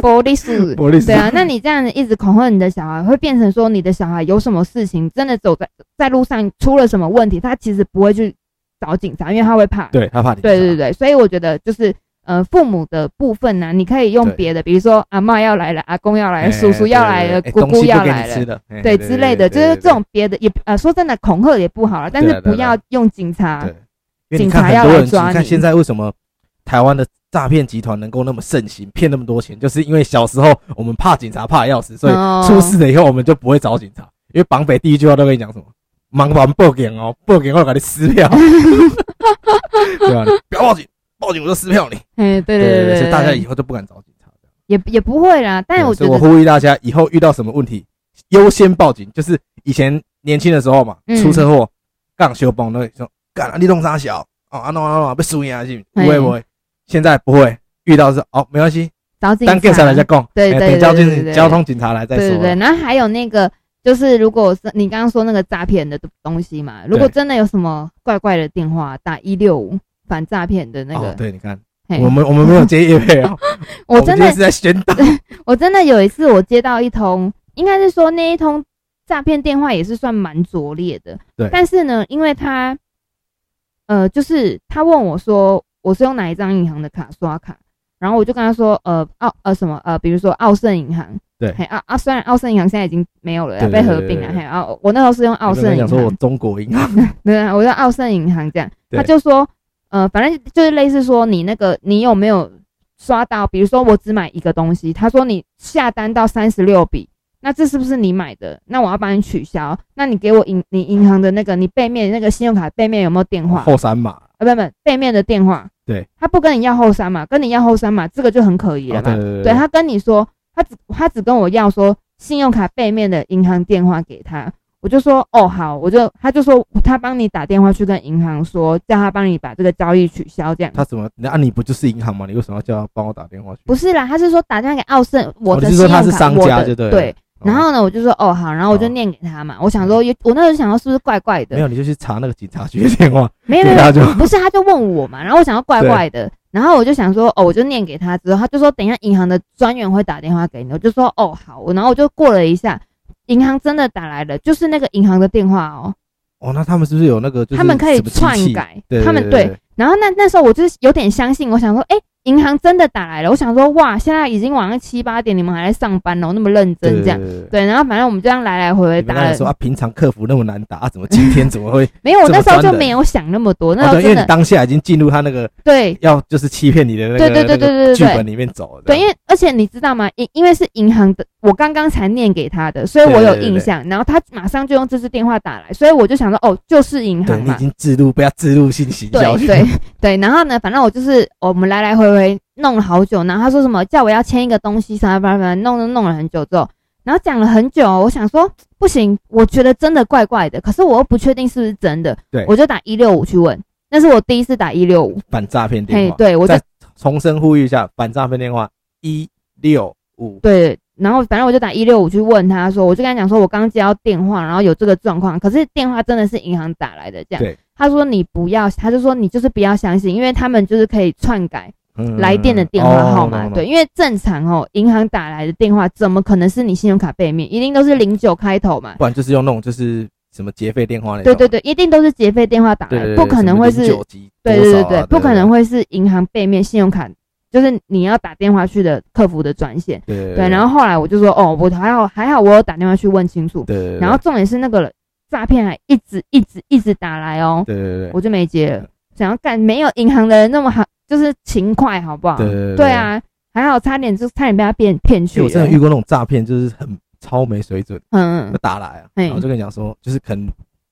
Speaker 2: 玻璃是
Speaker 1: 伯 (laughs) 利斯
Speaker 2: 对啊，那你这样子一直恐吓你的小孩，会变成说你的小孩有什么事情，真的走在在路上出了什么问题，他其实不会去找警察，因为他会怕。
Speaker 1: 对，啊他怕你，
Speaker 2: 对对，对，所以我觉得就是呃，父母的部分呢、啊你可以用
Speaker 1: 对
Speaker 2: 别的，比如说阿嬷要来了，阿公要来了，
Speaker 1: 哎
Speaker 2: 叔叔要来了，
Speaker 1: 对对对哎
Speaker 2: 姑
Speaker 1: 东
Speaker 2: 姑
Speaker 1: 西
Speaker 2: 要
Speaker 1: 不给你
Speaker 2: 来
Speaker 1: 吃
Speaker 2: 了。
Speaker 1: 的，哎
Speaker 2: 对，之类的，就
Speaker 1: 对
Speaker 2: 是
Speaker 1: 对对
Speaker 2: 这种别的也呃，说真的，恐吓也不好了，但
Speaker 1: 对
Speaker 2: 是
Speaker 1: 啊对
Speaker 2: 不
Speaker 1: 啊
Speaker 2: 要用警察
Speaker 1: 对。因为
Speaker 2: 警
Speaker 1: 你
Speaker 2: 察
Speaker 1: 看
Speaker 2: 要
Speaker 1: 很多
Speaker 2: 来
Speaker 1: 人，你
Speaker 2: 抓
Speaker 1: 看
Speaker 2: 你
Speaker 1: 现在为什么台湾的诈骗集团能够那么盛行，骗那么多钱，就是因为小时候我们怕警察怕得要死，所以
Speaker 2: 哦
Speaker 1: 出事了以后我们就不会找警察，因为绑匪第一句话都跟你讲什么？忙完报警哦，报警我就给你撕票，
Speaker 2: (laughs)
Speaker 1: 对吧、你不要报警，报警我就撕票你。
Speaker 2: 哎，对对
Speaker 1: 所
Speaker 2: 对，
Speaker 1: 以大家
Speaker 2: 对
Speaker 1: 以后都不敢找警察。
Speaker 2: 也也不会啦，但我
Speaker 1: 对所
Speaker 2: 觉
Speaker 1: 以我
Speaker 2: 得
Speaker 1: 呼吁大家以后遇到什么问题，优先报警。就是以前年轻的时候嘛，
Speaker 2: 嗯
Speaker 1: 出车祸，杠修崩那里说，干、啊、你弄啥小哦，啊弄啊弄啊，被输赢啊，是不
Speaker 2: 嘿
Speaker 1: 是会不会？现在不会，遇到是哦，没关系，
Speaker 2: 找警
Speaker 1: 当警察来再
Speaker 2: 察，啊
Speaker 1: 讲，
Speaker 2: 对
Speaker 1: 哎
Speaker 2: 对
Speaker 1: 等交
Speaker 2: 对对对
Speaker 1: 警交通警察来再
Speaker 2: 对对
Speaker 1: 说
Speaker 2: 对，
Speaker 1: 啊。
Speaker 2: 然后还有那个。就是如果是你刚刚说那个诈骗的东西嘛，如果真的有什么怪怪的电话，打一六五反诈骗的那
Speaker 1: 哦，
Speaker 2: 个。
Speaker 1: 对，你看，
Speaker 2: 嘿
Speaker 1: 我们我们没有接业配哦，
Speaker 2: (laughs) 我
Speaker 1: 们
Speaker 2: 真
Speaker 1: 今天
Speaker 2: 的
Speaker 1: 是在宣导，
Speaker 2: 我真的有一次，我接到一通，应该是说那一通诈骗电话也是算蛮拙劣的。
Speaker 1: 对
Speaker 2: 但是呢，因为他，呃，就是他问我说我是用哪一张银行的卡刷卡，然后我就跟他说，呃，奥呃什么呃，比如说奥盛银行，
Speaker 1: 对
Speaker 2: 嘿，奥啊，虽然奥盛银行现在已经没有了啦，
Speaker 1: 对
Speaker 2: 被
Speaker 1: 对对
Speaker 2: 合并了，
Speaker 1: 对对
Speaker 2: 嘿，啊，我 (laughs) 那时候是用奥盛银
Speaker 1: 讲说我
Speaker 2: 行，
Speaker 1: 中国银行，
Speaker 2: 对啊，我用奥盛银行这样，
Speaker 1: 对
Speaker 2: 他就说，呃，反正就是类似说你那个你有没有刷到，比如说我只买一个东西，他说你下单到三十六笔，那这是不是你买的？那我要帮你取消，那你给我银你银行的那个你背面那个信用卡背面有没有电话？
Speaker 1: 后三码，
Speaker 2: 啊，不不，背面的电话，
Speaker 1: 哦对，
Speaker 2: 他不跟你要后三码，跟你要后三码，这个就很可疑了
Speaker 1: 哦对
Speaker 2: 嘛。
Speaker 1: 对
Speaker 2: 对他跟你说，他只他只跟我要说信用卡背面的银行电话给他，我就说哦好，我就他就说他帮你打电话去跟银行说，叫他帮你把这个交易取消这样。
Speaker 1: 他怎么？那、啊、你不就是银行吗？你为什么要叫他帮我打电话去？
Speaker 2: 不是啦，他是说打电话给奥盛，我
Speaker 1: 哦
Speaker 2: 的
Speaker 1: 你是说
Speaker 2: 信用卡，
Speaker 1: 他是商家
Speaker 2: 我
Speaker 1: 就对了
Speaker 2: 的对。
Speaker 1: 哦
Speaker 2: 然后呢，我就说哦好，然后我就
Speaker 1: 哦
Speaker 2: 念给他嘛。我想说，我那时候想说是不是怪怪的
Speaker 1: 没？有，你就去查那个警察局的电话，
Speaker 2: 没有没
Speaker 1: 对，
Speaker 2: 有没有
Speaker 1: 他就
Speaker 2: 不是，他就问我嘛，然后我想要怪怪的，然后我就想说，哦，我就念给他之后，他就说等一下银行的专员会打电话给你，我就说哦好，然后我就过了一下，银行真的打来了，就是那个银行的电话哦，
Speaker 1: 哦，那他们是不是有那个？就是
Speaker 2: 他们可以
Speaker 1: 什么机
Speaker 2: 篡
Speaker 1: 器，
Speaker 2: 改，
Speaker 1: 对，
Speaker 2: 他们
Speaker 1: 对
Speaker 2: 对，，然后那那时候我就是有点相信，我想说，哎、银行真的打来了，我想说哇，现在已经晚上七八点，你们还在上班哦，那么认
Speaker 1: 对
Speaker 2: 真这样。。
Speaker 1: 对对对
Speaker 2: 对，然后反正我们就这样来来回回
Speaker 1: 你们
Speaker 2: 打
Speaker 1: 刚才
Speaker 2: 了，
Speaker 1: 说啊，平常客服那么难打，啊、怎么今天怎么会？
Speaker 2: 没有，我
Speaker 1: 这么
Speaker 2: 那时候就
Speaker 1: 专人
Speaker 2: 没有想那么多，那时
Speaker 1: 哦，对，
Speaker 2: 候
Speaker 1: 因
Speaker 2: 真
Speaker 1: 为
Speaker 2: 的
Speaker 1: 你当下已经进入他那个
Speaker 2: 对
Speaker 1: 要就是欺骗你的那个
Speaker 2: 对对对
Speaker 1: 那个
Speaker 2: 对对对
Speaker 1: 剧
Speaker 2: 对
Speaker 1: 本里面走了。
Speaker 2: 对，因
Speaker 1: 为
Speaker 2: 为而且你知道吗？因因为是银行的，我刚刚才念给他的，所以我有印象。然后他马上就用这支电话打来，所以我就想说，哦，就是银
Speaker 1: 对
Speaker 2: 行
Speaker 1: 你已
Speaker 2: 嘛。
Speaker 1: 经置入，不要置入信息，
Speaker 2: 对对 (laughs) 对，然后呢，反正我就是哦我们来来回回弄了好久，然后他说什么叫我要签一个东西啥反正弄弄弄了很久之后，然后讲了很久，我想说不行，我觉得真的怪怪的，可是我又不确定是不是真的，
Speaker 1: 对
Speaker 2: 我就打一六五去问，那是我第一次打一六五，
Speaker 1: 反诈骗电
Speaker 2: 嘿
Speaker 1: 话，。
Speaker 2: 对我就
Speaker 1: 在重申呼吁一下，反诈骗电话一六五，
Speaker 2: 对，然后反正我就打一六五去问他说，我就跟他讲说，我刚接到电话，然后有这个状况，可是电话真的是银行打来的，这样。
Speaker 1: 对。
Speaker 2: 他说你不要，他就说你就是不要相信，因为他们就是可以篡改
Speaker 1: 嗯
Speaker 2: 来电的电话号
Speaker 1: 哦
Speaker 2: 码，
Speaker 1: 懂
Speaker 2: 对，因为正常哦，银行打来的电话怎么可能是你信用卡背面，一定都是零九开头嘛，
Speaker 1: 不然就是用那种就是什么劫匪电话那
Speaker 2: 对
Speaker 1: 种，
Speaker 2: 对对，一定都是劫匪电话打
Speaker 1: 对
Speaker 2: 来，
Speaker 1: 对，
Speaker 2: 不可能会是，
Speaker 1: 九啊级，
Speaker 2: 对对对对，不可能
Speaker 1: 会，
Speaker 2: 会是银行背面信用卡，就是你要打电话去的客服的专线。
Speaker 1: 对对
Speaker 2: 对，然后后来我就说，哦，我还好还好，我有打电话去问清楚。
Speaker 1: 对对，对
Speaker 2: 然后重点是那个诈骗还一直一直一直打来哦，
Speaker 1: 对对对
Speaker 2: 我就没接了。想要干没有银行的人那么好，就是勤快，好不好？
Speaker 1: 对对对
Speaker 2: 对啊，还好差点就差点被他骗骗
Speaker 1: 其实
Speaker 2: 去
Speaker 1: 我真的遇
Speaker 2: 了。
Speaker 1: 过那种诈骗，就是很超没水准，
Speaker 2: 嗯
Speaker 1: 就打来啊，
Speaker 2: 嘿
Speaker 1: 然后就跟你讲说，就是可能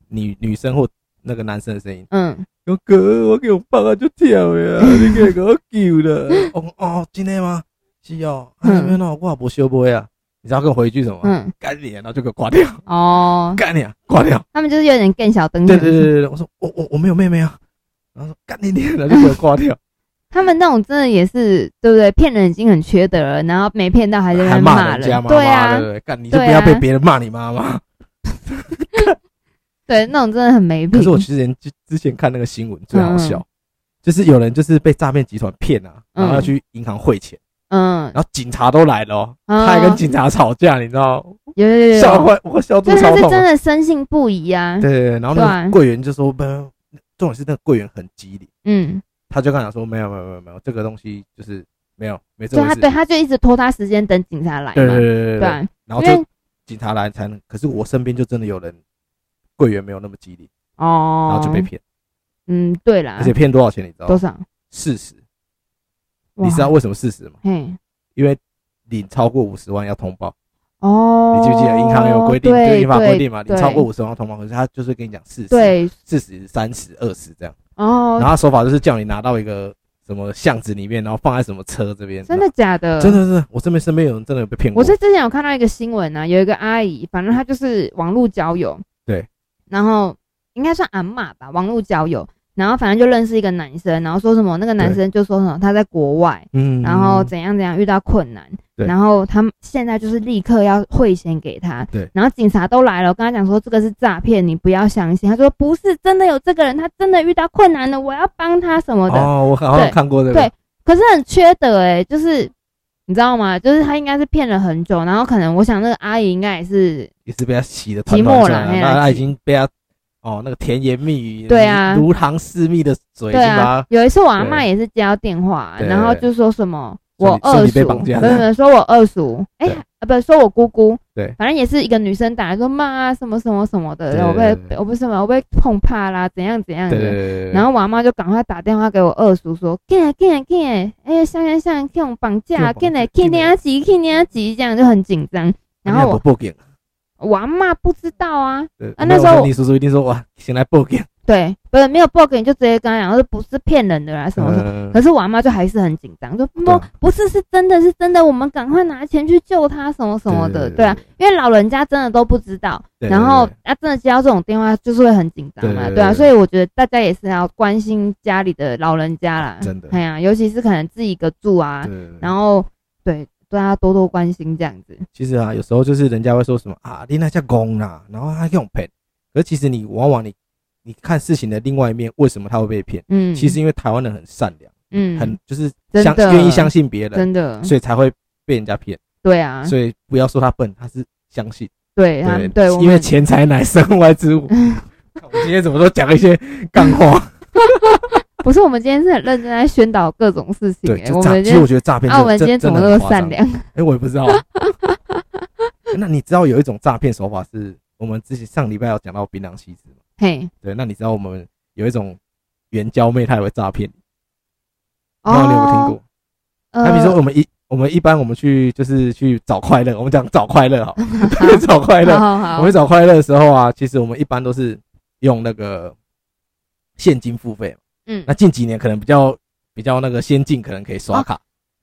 Speaker 1: 女女生或那个男生的声音，
Speaker 2: 嗯，
Speaker 1: 哥哥，我给我爸爸就跳呀，你给我救了，哦哦，今天吗？是哦，啊
Speaker 2: 嗯
Speaker 1: 没有，我也不修波呀，你知道跟我回一句什么吗？
Speaker 2: 嗯
Speaker 1: 干你啊，然后就给我挂掉，
Speaker 2: 嗯哦，
Speaker 1: 干你啊，挂掉。
Speaker 2: 他们就是有点更小灯
Speaker 1: 对
Speaker 2: 熊。
Speaker 1: 对对对对，我说我我我没有妹妹啊，然后说干你娘，然后就给我挂掉，
Speaker 2: 他们那种真的也是，对不对？骗人已经很缺德了，然后没骗到还在那
Speaker 1: 还
Speaker 2: 边
Speaker 1: 骂
Speaker 2: 骂
Speaker 1: 人家
Speaker 2: 人，
Speaker 1: 妈
Speaker 2: 对
Speaker 1: 妈，
Speaker 2: 啊
Speaker 1: 对，不对？干你就不
Speaker 2: 对
Speaker 1: 要
Speaker 2: 啊
Speaker 1: 被别人骂你妈妈。
Speaker 2: 对，那种真的很没品
Speaker 1: 可是。我之前之之前看那个新闻最好笑
Speaker 2: 嗯，
Speaker 1: 就是有人就是被诈骗集团骗啊，
Speaker 2: 嗯
Speaker 1: 然后要去银行汇钱，
Speaker 2: 嗯，
Speaker 1: 然后警察都来了哦，
Speaker 2: 嗯
Speaker 1: 他还跟警察吵架，你知道吗？
Speaker 2: 有有有有
Speaker 1: 笑坏我笑肚
Speaker 2: 所以他
Speaker 1: 超
Speaker 2: 是
Speaker 1: 痛
Speaker 2: 真
Speaker 1: 啊。
Speaker 2: 的深信不疑啊。
Speaker 1: 对对对，然后那
Speaker 2: 对
Speaker 1: 个柜员就说不，重点是那个柜员很机灵，
Speaker 2: 嗯，
Speaker 1: 他就跟他讲说没有没有没有没有，这个东西就是没有没这
Speaker 2: 所
Speaker 1: 回
Speaker 2: 以他
Speaker 1: 事。
Speaker 2: 对他就一直拖他时间等警察来嘛。
Speaker 1: 对对对对
Speaker 2: 对
Speaker 1: 对，
Speaker 2: 啊，
Speaker 1: 然后
Speaker 2: 因
Speaker 1: 就
Speaker 2: 为
Speaker 1: 警察来才能。可是我身边就真的有人柜员没有那么机灵，
Speaker 2: 哦，
Speaker 1: 然后就被骗，
Speaker 2: 嗯，对啦
Speaker 1: 而，且骗多少钱你知道
Speaker 2: 多
Speaker 1: 吗？
Speaker 2: 少？
Speaker 1: 四十，
Speaker 2: 哇
Speaker 1: 你知道？为什么四十吗？
Speaker 2: 嘿，
Speaker 1: 因为领超过五十万要通报，
Speaker 2: 哦，
Speaker 1: 你记不记得银行有规定，就
Speaker 2: 对
Speaker 1: 银行规
Speaker 2: 对
Speaker 1: 定嘛，你
Speaker 2: 对
Speaker 1: 超过五十万要通报，可是他就是跟你讲四十、
Speaker 2: 对，
Speaker 1: 四十、三十、二十这样，然
Speaker 2: 哦
Speaker 1: 后，他手法就是叫你拿到一个什么巷子里面，然后放在什么车这边，
Speaker 2: 真的假的？
Speaker 1: 真的。是我身边身边有人真的有被骗过，
Speaker 2: 我是之前有看到一个新闻啊，有一个阿姨，反正她就是网络交友，
Speaker 1: 对，
Speaker 2: 然后应该算阿嬷吧，网络交友，然后反正就认识一个男生，然后说什么那个男生就说什么他在国外，
Speaker 1: 嗯，
Speaker 2: 然后怎样怎样遇到困难，
Speaker 1: 对
Speaker 2: 然后他们现在就是立刻要汇钱给他，
Speaker 1: 对
Speaker 2: 然后警察都来了，我跟他讲说这个是诈骗，你不要相信。他说不是真的有这个人，他真的遇到困难了，我要帮他什么的。
Speaker 1: 哦，我好像
Speaker 2: 对
Speaker 1: 看过这个，
Speaker 2: 对可是很缺德哎、就是你知道吗？就是他应该是骗了很久，然后可能我想那个阿姨应该也是
Speaker 1: 也是被他洗的团
Speaker 2: 寂寞
Speaker 1: 团
Speaker 2: 啦
Speaker 1: 转
Speaker 2: 嘿
Speaker 1: 那
Speaker 2: 啦
Speaker 1: 他
Speaker 2: 寂
Speaker 1: 已经被他哦那个甜言蜜语，
Speaker 2: 对啊
Speaker 1: 如糖似蜜的嘴，
Speaker 2: 对啊。有一次我阿妈
Speaker 1: 对
Speaker 2: 也是接到电话，
Speaker 1: 对
Speaker 2: 然后就说什么
Speaker 1: 说
Speaker 2: 我
Speaker 1: 你说
Speaker 2: 二
Speaker 1: 你被
Speaker 2: 叔，
Speaker 1: 绑
Speaker 2: 没
Speaker 1: 架
Speaker 2: 有没有说我二叔，哎
Speaker 1: 对
Speaker 2: 啊不说我姑姑，
Speaker 1: 对
Speaker 2: 反正也是一个女生打来说妈什么什么什么
Speaker 1: 对
Speaker 2: 的，我被
Speaker 1: 对
Speaker 2: 我不是什么我被碰怕啦，怎样怎样
Speaker 1: 对对对
Speaker 2: 的。
Speaker 1: 对对，
Speaker 2: 然后我阿妈就赶快打电话给我二叔说，看看看，哎，像像像，看我绑架，
Speaker 1: 去绑架啊
Speaker 2: 看来看你阿急，看你阿急，这样就很紧张。然后
Speaker 1: 我
Speaker 2: 我
Speaker 1: 哎报警，啊
Speaker 2: 我阿妈不知道啊，
Speaker 1: 对
Speaker 2: 啊
Speaker 1: 没有
Speaker 2: 那时候
Speaker 1: 我看你叔叔一定说哇，醒来报警，
Speaker 2: 对，不是没有报给你，就直接跟他讲，说不是骗人的啦，什么什么。
Speaker 1: 嗯
Speaker 2: 可是我阿妈就还是很紧张，就
Speaker 1: 对
Speaker 2: 不
Speaker 1: 啊
Speaker 2: 不是是真的是真的，我们赶快拿钱去救他什么什么的，对啊，，因为老人家真的都不知道，
Speaker 1: 对
Speaker 2: 然后啊，真的接到这种电话就是会很紧张嘛，
Speaker 1: 对
Speaker 2: 对啊，
Speaker 1: 对
Speaker 2: 所以我觉得大家也是要关心家里的老人家啦，
Speaker 1: 真的
Speaker 2: 哎呀、尤其是可能自己一个住啊，
Speaker 1: 对对对对
Speaker 2: 然后对大家多多关心这样子，
Speaker 1: 其实啊，有时候就是人家会说什么啊，你那叫公啦，然后他用骗，可是其实你往往你你看事情的另外一面，为什么他会被骗？
Speaker 2: 嗯，
Speaker 1: 其实因为台湾人很善良，
Speaker 2: 嗯
Speaker 1: 很就是
Speaker 2: 真
Speaker 1: 相
Speaker 2: 的
Speaker 1: 愿意相信别人，
Speaker 2: 真的
Speaker 1: 所以才会被人家骗。
Speaker 2: 对啊，
Speaker 1: 所以不要说他笨，他是相信。
Speaker 2: 对他们对我
Speaker 1: 因为
Speaker 2: 们
Speaker 1: 钱财乃身外之
Speaker 2: (laughs)
Speaker 1: 物。看我今天怎么都讲一些干话，
Speaker 2: 不是我们今天是很认真在宣导各种事情、
Speaker 1: 对，
Speaker 2: 欸，
Speaker 1: 就
Speaker 2: 我
Speaker 1: 诈。
Speaker 2: 们
Speaker 1: 其
Speaker 2: 今
Speaker 1: 实我
Speaker 2: 天
Speaker 1: 觉得诈骗
Speaker 2: 啊，
Speaker 1: 真
Speaker 2: 我
Speaker 1: 的，
Speaker 2: 们今天
Speaker 1: 真
Speaker 2: 怎么
Speaker 1: 真的
Speaker 2: 那
Speaker 1: 很
Speaker 2: 么
Speaker 1: 夸张
Speaker 2: 善？良？
Speaker 1: (laughs) 哎，我也不知道啊。那你知道有一种诈骗手法是我们之前上礼拜有讲到槟榔西施吗？
Speaker 2: 嘿，
Speaker 1: 对，那你知道我们有一种援交妹，她也会诈骗，不
Speaker 2: 哦，
Speaker 1: 知道你有没有听过？
Speaker 2: 呃？
Speaker 1: 那比如说我们一我们一般我们去就是去找快乐，我们讲找快
Speaker 2: (laughs)
Speaker 1: 乐好，
Speaker 2: 好
Speaker 1: 找快乐，
Speaker 2: 好
Speaker 1: 哎我
Speaker 2: 好好
Speaker 1: 们，找快乐的时候啊，其实我们一般都是用那个现金付费嘛。
Speaker 2: 嗯
Speaker 1: 那，近几年可能比较比较那个先进，可能可以刷
Speaker 2: 哦
Speaker 1: 卡，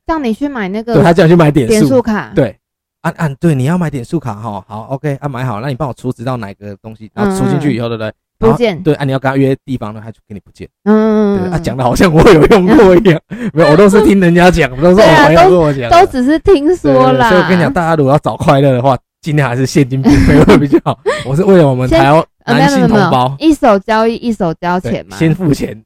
Speaker 2: 让你去买那
Speaker 1: 对他
Speaker 2: 个
Speaker 1: 叫你去买点
Speaker 2: 点
Speaker 1: 数
Speaker 2: 数，卡，
Speaker 1: 对，按按、啊对，你要买点数卡哈，好，OK，按、买好，那你帮我储值到哪个东西，然后储进
Speaker 2: 嗯
Speaker 1: 去以后，对不对？
Speaker 2: 不见，
Speaker 1: 对，啊，你要跟他约地方呢，他就给你不见。
Speaker 2: 嗯，
Speaker 1: 对，
Speaker 2: 嗯
Speaker 1: 他、讲的好像我有用过一样，没有，我都是听人家讲，都是哦
Speaker 2: 对
Speaker 1: 我
Speaker 2: 啊
Speaker 1: 朋友
Speaker 2: 都
Speaker 1: 跟我讲的，
Speaker 2: 都只是听
Speaker 1: 对对
Speaker 2: 说
Speaker 1: 对
Speaker 2: 啦。
Speaker 1: 所以我跟你讲，，大家如果要找快乐的话，尽量还是现金付费会比较好。我是为了我们
Speaker 2: 先
Speaker 1: 台湾
Speaker 2: 呃，没
Speaker 1: 男
Speaker 2: 有
Speaker 1: 性
Speaker 2: 没有
Speaker 1: 同
Speaker 2: 没有
Speaker 1: 胞，，
Speaker 2: 一手交易一手交
Speaker 1: 对
Speaker 2: 钱嘛，
Speaker 1: 先付钱，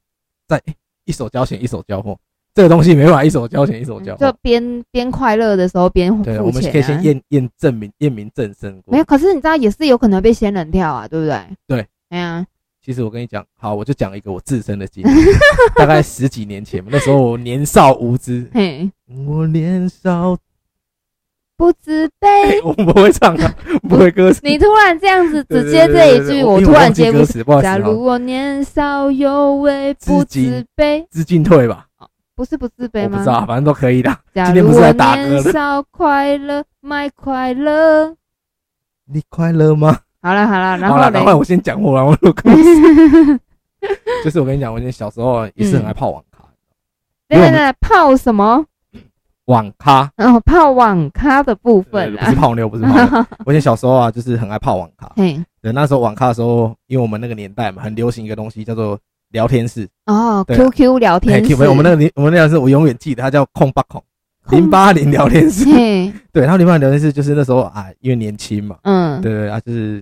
Speaker 1: 再诶一手交钱一手交货，这个东西没办法一手交钱一手
Speaker 2: 嗯
Speaker 1: 交
Speaker 2: 就
Speaker 1: 货。
Speaker 2: 边边快乐的时候边付钱
Speaker 1: 对，
Speaker 2: 啊。
Speaker 1: 我们可以先验验证明验明正身过
Speaker 2: 没有，。可是你知道也是有可能被仙人跳啊，对不对？
Speaker 1: 对，
Speaker 2: 哎呀，
Speaker 1: 其实我跟你讲，好，我就讲一个我自身的经历，大概十几年前，那时候我年少无知，
Speaker 2: 嘿，
Speaker 1: 我年少，
Speaker 2: 不知
Speaker 1: 哎
Speaker 2: 悲。
Speaker 1: 我不会唱啊，不会歌词。
Speaker 2: 你突然这样子
Speaker 1: 对
Speaker 2: 只接这一句，我突然接不
Speaker 1: 不。不好意思
Speaker 2: 假
Speaker 1: 啊
Speaker 2: 如我年少有为，不
Speaker 1: 自己
Speaker 2: 自卑，
Speaker 1: 知进退吧，
Speaker 2: 不是不自卑
Speaker 1: 我不
Speaker 2: 吗
Speaker 1: 知？道，反正都可以的。
Speaker 2: 假
Speaker 1: 今天
Speaker 2: 如
Speaker 1: 不是
Speaker 2: 我
Speaker 1: 来打歌的
Speaker 2: 年少快乐，卖快乐。
Speaker 1: 你快乐吗？
Speaker 2: 好了好了，然
Speaker 1: 好
Speaker 2: 后
Speaker 1: 了，
Speaker 2: 嘞
Speaker 1: 赶快我先讲我然后录故事。就是我跟你讲，我以前小时候也是很爱泡网咖，因
Speaker 2: 对
Speaker 1: 为
Speaker 2: 对
Speaker 1: 我们
Speaker 2: 对，泡什么？
Speaker 1: 网咖
Speaker 2: 然后泡网咖的部分
Speaker 1: 不是
Speaker 2: 啦。
Speaker 1: 泡妞，不是泡妞。我以前小时候啊，就是很爱泡网咖。
Speaker 2: 嘿，
Speaker 1: 对，那时候网咖的时候，因为我们那个年代嘛，很流行一个东西叫做聊天室。
Speaker 2: 哦
Speaker 1: 对啊
Speaker 2: ，QQ 聊天室，
Speaker 1: 嘿我们那个年我们那个是我永远记得，它叫空八空零八零聊天
Speaker 2: (laughs)
Speaker 1: 室。
Speaker 2: 嘿，
Speaker 1: 对，然后零八零聊天室就是那时候啊，因为年轻嘛，
Speaker 2: 嗯，
Speaker 1: 对对对啊，就是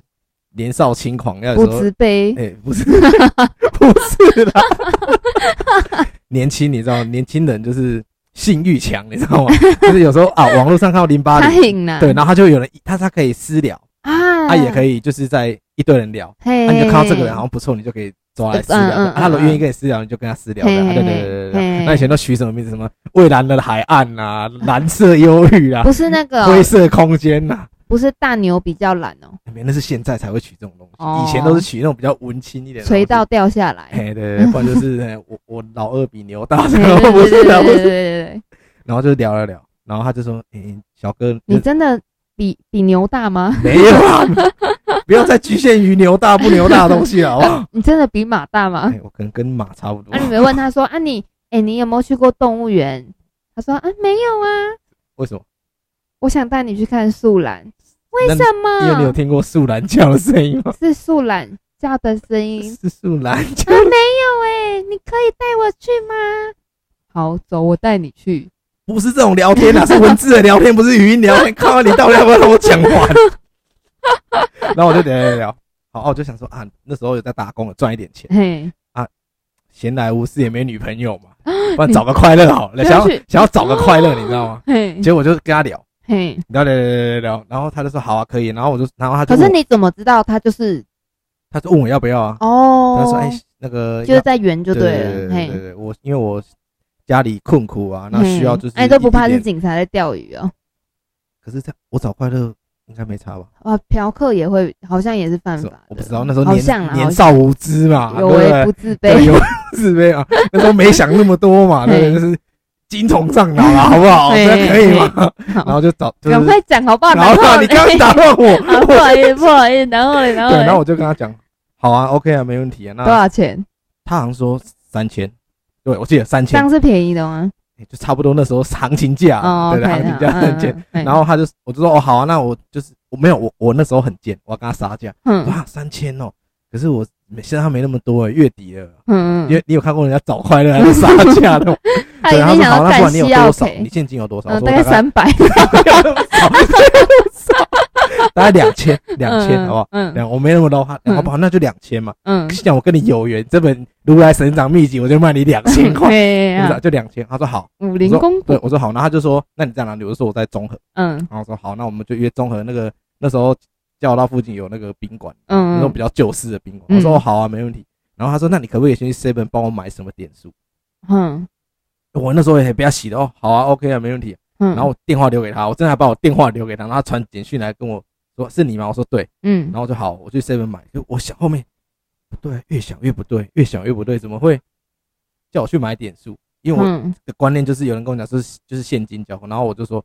Speaker 1: 年少轻狂，那时
Speaker 2: 不
Speaker 1: 候
Speaker 2: 自卑，
Speaker 1: 哎、不
Speaker 2: (laughs)
Speaker 1: 是，不是啦。 (laughs) 年轻，你知道，年轻人就是性欲强，你知道吗？就是有时候啊，网络上看到零八
Speaker 2: 他
Speaker 1: 零，
Speaker 2: 赢了，
Speaker 1: 对，然后他就有人，他他可以私聊，
Speaker 2: 啊，
Speaker 1: 他、也可以就是在一堆人聊，
Speaker 2: 嘿，
Speaker 1: 那、啊你就看到这个人好像不错，你就可以抓来私聊。
Speaker 2: 哎嗯嗯嗯
Speaker 1: 啊他如果愿意跟你私聊，你就跟他私聊。对、
Speaker 2: 嘿
Speaker 1: 啊、
Speaker 2: 嘿
Speaker 1: 对对对对对
Speaker 2: 嘿
Speaker 1: 对。那以前都取什么名字？什么蔚蓝的海岸啊，蓝色忧郁啊，
Speaker 2: 不是那个哦，
Speaker 1: 灰色空间呐、啊。
Speaker 2: 不是大牛比较懒哦，
Speaker 1: 哎没那是现在才会取这种东西，
Speaker 2: 哦
Speaker 1: 以前都是取那种比较文青一点的东西。
Speaker 2: 垂到掉下来，
Speaker 1: 哎，对对，
Speaker 2: (laughs)
Speaker 1: 对，不然就是哎我我老二比牛大，
Speaker 2: 对
Speaker 1: 然后
Speaker 2: 对
Speaker 1: (laughs) 不是
Speaker 2: 对
Speaker 1: 然
Speaker 2: 对
Speaker 1: 后
Speaker 2: 对对对，
Speaker 1: 然后就聊了聊，然后他就说，哎，小哥
Speaker 2: 你真的比比牛大吗？
Speaker 1: 没有啊， (laughs) 不要再局限于牛大不牛大的东西了，好
Speaker 2: (laughs)
Speaker 1: 不好？
Speaker 2: 你真的比马大吗？
Speaker 1: 哎，我可能跟马差不多
Speaker 2: 啊，，你没问他说啊你，哎，你有没有去过动物园？他说啊，没有啊，
Speaker 1: 为什么？
Speaker 2: 我想带你去看树懒。为
Speaker 1: 那
Speaker 2: 什
Speaker 3: 嗯
Speaker 1: 因为你有
Speaker 2: 么？
Speaker 1: 听过树懒叫的声音吗？
Speaker 2: 是树懒叫的声
Speaker 3: 嗯
Speaker 2: 音。
Speaker 1: 是素兰，
Speaker 2: 啊，没有哎、你可以带我去吗？好，走，我带你去。
Speaker 1: 不是这种聊天啊， (laughs) 是文字的聊天，不是语音聊天。靠，你到底要不要跟我讲话？ (laughs) 然后我就聊聊聊，好，我就想说啊，那时候有在打工了，赚一点钱，
Speaker 2: 嘿，
Speaker 1: 闲来无事也没女
Speaker 3: (gasps)
Speaker 1: 朋友嘛，不然找个快乐好了，想要
Speaker 2: 你要去
Speaker 1: 想要找个快乐，你知道吗？
Speaker 3: 嗯
Speaker 2: 嘿，
Speaker 1: 结果我就跟他聊，
Speaker 2: 嘿。
Speaker 1: 聊聊聊聊聊聊，然后他就说好啊，可以，然后我就，然后他就
Speaker 3: 可是
Speaker 1: 问我，
Speaker 3: 你怎么知道他就是
Speaker 1: 他就问我要不要啊，
Speaker 3: 哦？
Speaker 1: 他说哎，那个
Speaker 3: 就是在圆就
Speaker 1: 要
Speaker 3: 对
Speaker 1: 对
Speaker 3: 了，
Speaker 1: 对对
Speaker 3: 嘿，
Speaker 1: 对，我因为我家里困苦啊，那需要就是
Speaker 3: 哎，都不怕
Speaker 1: 一
Speaker 3: 是
Speaker 1: 点，
Speaker 3: 警察在钓鱼哦。
Speaker 1: 可是这样我找快乐应该没差吧？
Speaker 3: 啊，嫖客也会，好像也是犯
Speaker 1: 是
Speaker 3: 法的。
Speaker 1: 我不知道那时候
Speaker 3: 好像啦
Speaker 1: 年年
Speaker 3: 好像
Speaker 1: 少无知嘛，
Speaker 3: 有
Speaker 1: 对
Speaker 3: 为
Speaker 1: 对
Speaker 3: 不自
Speaker 1: 对
Speaker 3: 卑，
Speaker 1: 有自
Speaker 3: (laughs)
Speaker 1: 卑啊，那时候没想那么多嘛，对，
Speaker 3: 嘿
Speaker 1: 就是精虫上脑啊， (laughs) 好不好？
Speaker 3: 嘿
Speaker 1: 这样可以吗？然
Speaker 3: 好
Speaker 1: 后就找，就是
Speaker 3: 赶快讲好不好？
Speaker 1: 然后啊你刚
Speaker 2: (laughs)
Speaker 1: 刚打
Speaker 3: (laughs)
Speaker 1: 断
Speaker 3: 啊，不
Speaker 1: 我，
Speaker 3: 好意
Speaker 1: (laughs)
Speaker 3: 思，不好意思，然后嘞，然后
Speaker 1: 对，
Speaker 3: 嘞
Speaker 1: 然后我就跟他讲，好啊，OK 啊，没问题啊，
Speaker 2: (laughs)
Speaker 3: 多
Speaker 1: 那
Speaker 3: 少钱？
Speaker 1: 他好像说三千，对我记得三
Speaker 3: 这
Speaker 1: 千
Speaker 3: 样，是便宜的吗？
Speaker 1: 欸就差不多那时候行情价
Speaker 3: 哦
Speaker 1: 啊，对，
Speaker 3: ，OK，
Speaker 1: 对行情价
Speaker 3: 嗯
Speaker 1: 三千，，
Speaker 2: 哎
Speaker 3: 嗯
Speaker 1: 然后他就我就说哦好啊，那我就是我没有我我那时候很贱，我要跟他杀价，
Speaker 2: 嗯
Speaker 1: 哇三千哦，可是我没现在他没那么多欸，月底了。
Speaker 2: 嗯
Speaker 1: 因为你有看过人家找快乐还是杀价的
Speaker 2: (laughs)
Speaker 1: 吗？
Speaker 2: 他
Speaker 1: 对，
Speaker 2: 一
Speaker 1: 他
Speaker 2: 定
Speaker 1: 说
Speaker 2: 想
Speaker 1: 好，
Speaker 2: 要
Speaker 1: 那不
Speaker 2: 占
Speaker 1: 然你有多
Speaker 2: 西药
Speaker 1: 少？你
Speaker 2: 赔，
Speaker 1: 现金有多少？我
Speaker 2: 嗯，
Speaker 1: 说
Speaker 2: 大概三百，
Speaker 1: (laughs) 大概两千， (laughs) 两千
Speaker 2: 嗯
Speaker 1: 好不好？？
Speaker 2: 嗯
Speaker 1: 两我没那么 low，他
Speaker 2: 嗯
Speaker 1: 好不好？那就两千嘛。
Speaker 2: 嗯，
Speaker 1: 想我跟你有缘，这本《如来神掌秘籍》我就卖你两
Speaker 2: 嗯
Speaker 1: 千块，
Speaker 2: 对啊
Speaker 1: 我说
Speaker 2: 呀，
Speaker 1: 就两千。他说好，
Speaker 2: 武林啊公
Speaker 1: 对
Speaker 2: 主，
Speaker 1: 我说好，然后他就说那你在哪里？我就说我在中和，
Speaker 2: 嗯
Speaker 1: 然后我说好，那我们就约中和那个那时候叫我到附近有那个宾馆，那种
Speaker 2: 嗯
Speaker 1: 比，较旧式的宾馆。我说
Speaker 2: 嗯
Speaker 1: 哦好啊，没问题。然后他说那你可不可以先去 Seven 帮我买什么点数？
Speaker 2: 嗯
Speaker 1: 我那时候也不要洗的哦，好啊，OK 啊，没问题。
Speaker 2: 嗯，
Speaker 1: 然后我电话留给他，我真的还把我电话留给他，然后他传简讯来跟我说是你吗？我说对，
Speaker 2: 嗯
Speaker 1: 然后我就好，我去 seven 买，就我想后面不对，越想越不对，越想越不对，怎么会叫我去买点数？因为我
Speaker 2: 嗯
Speaker 1: 的观念就是有人跟我讲说是就是现金交换，然后我就说，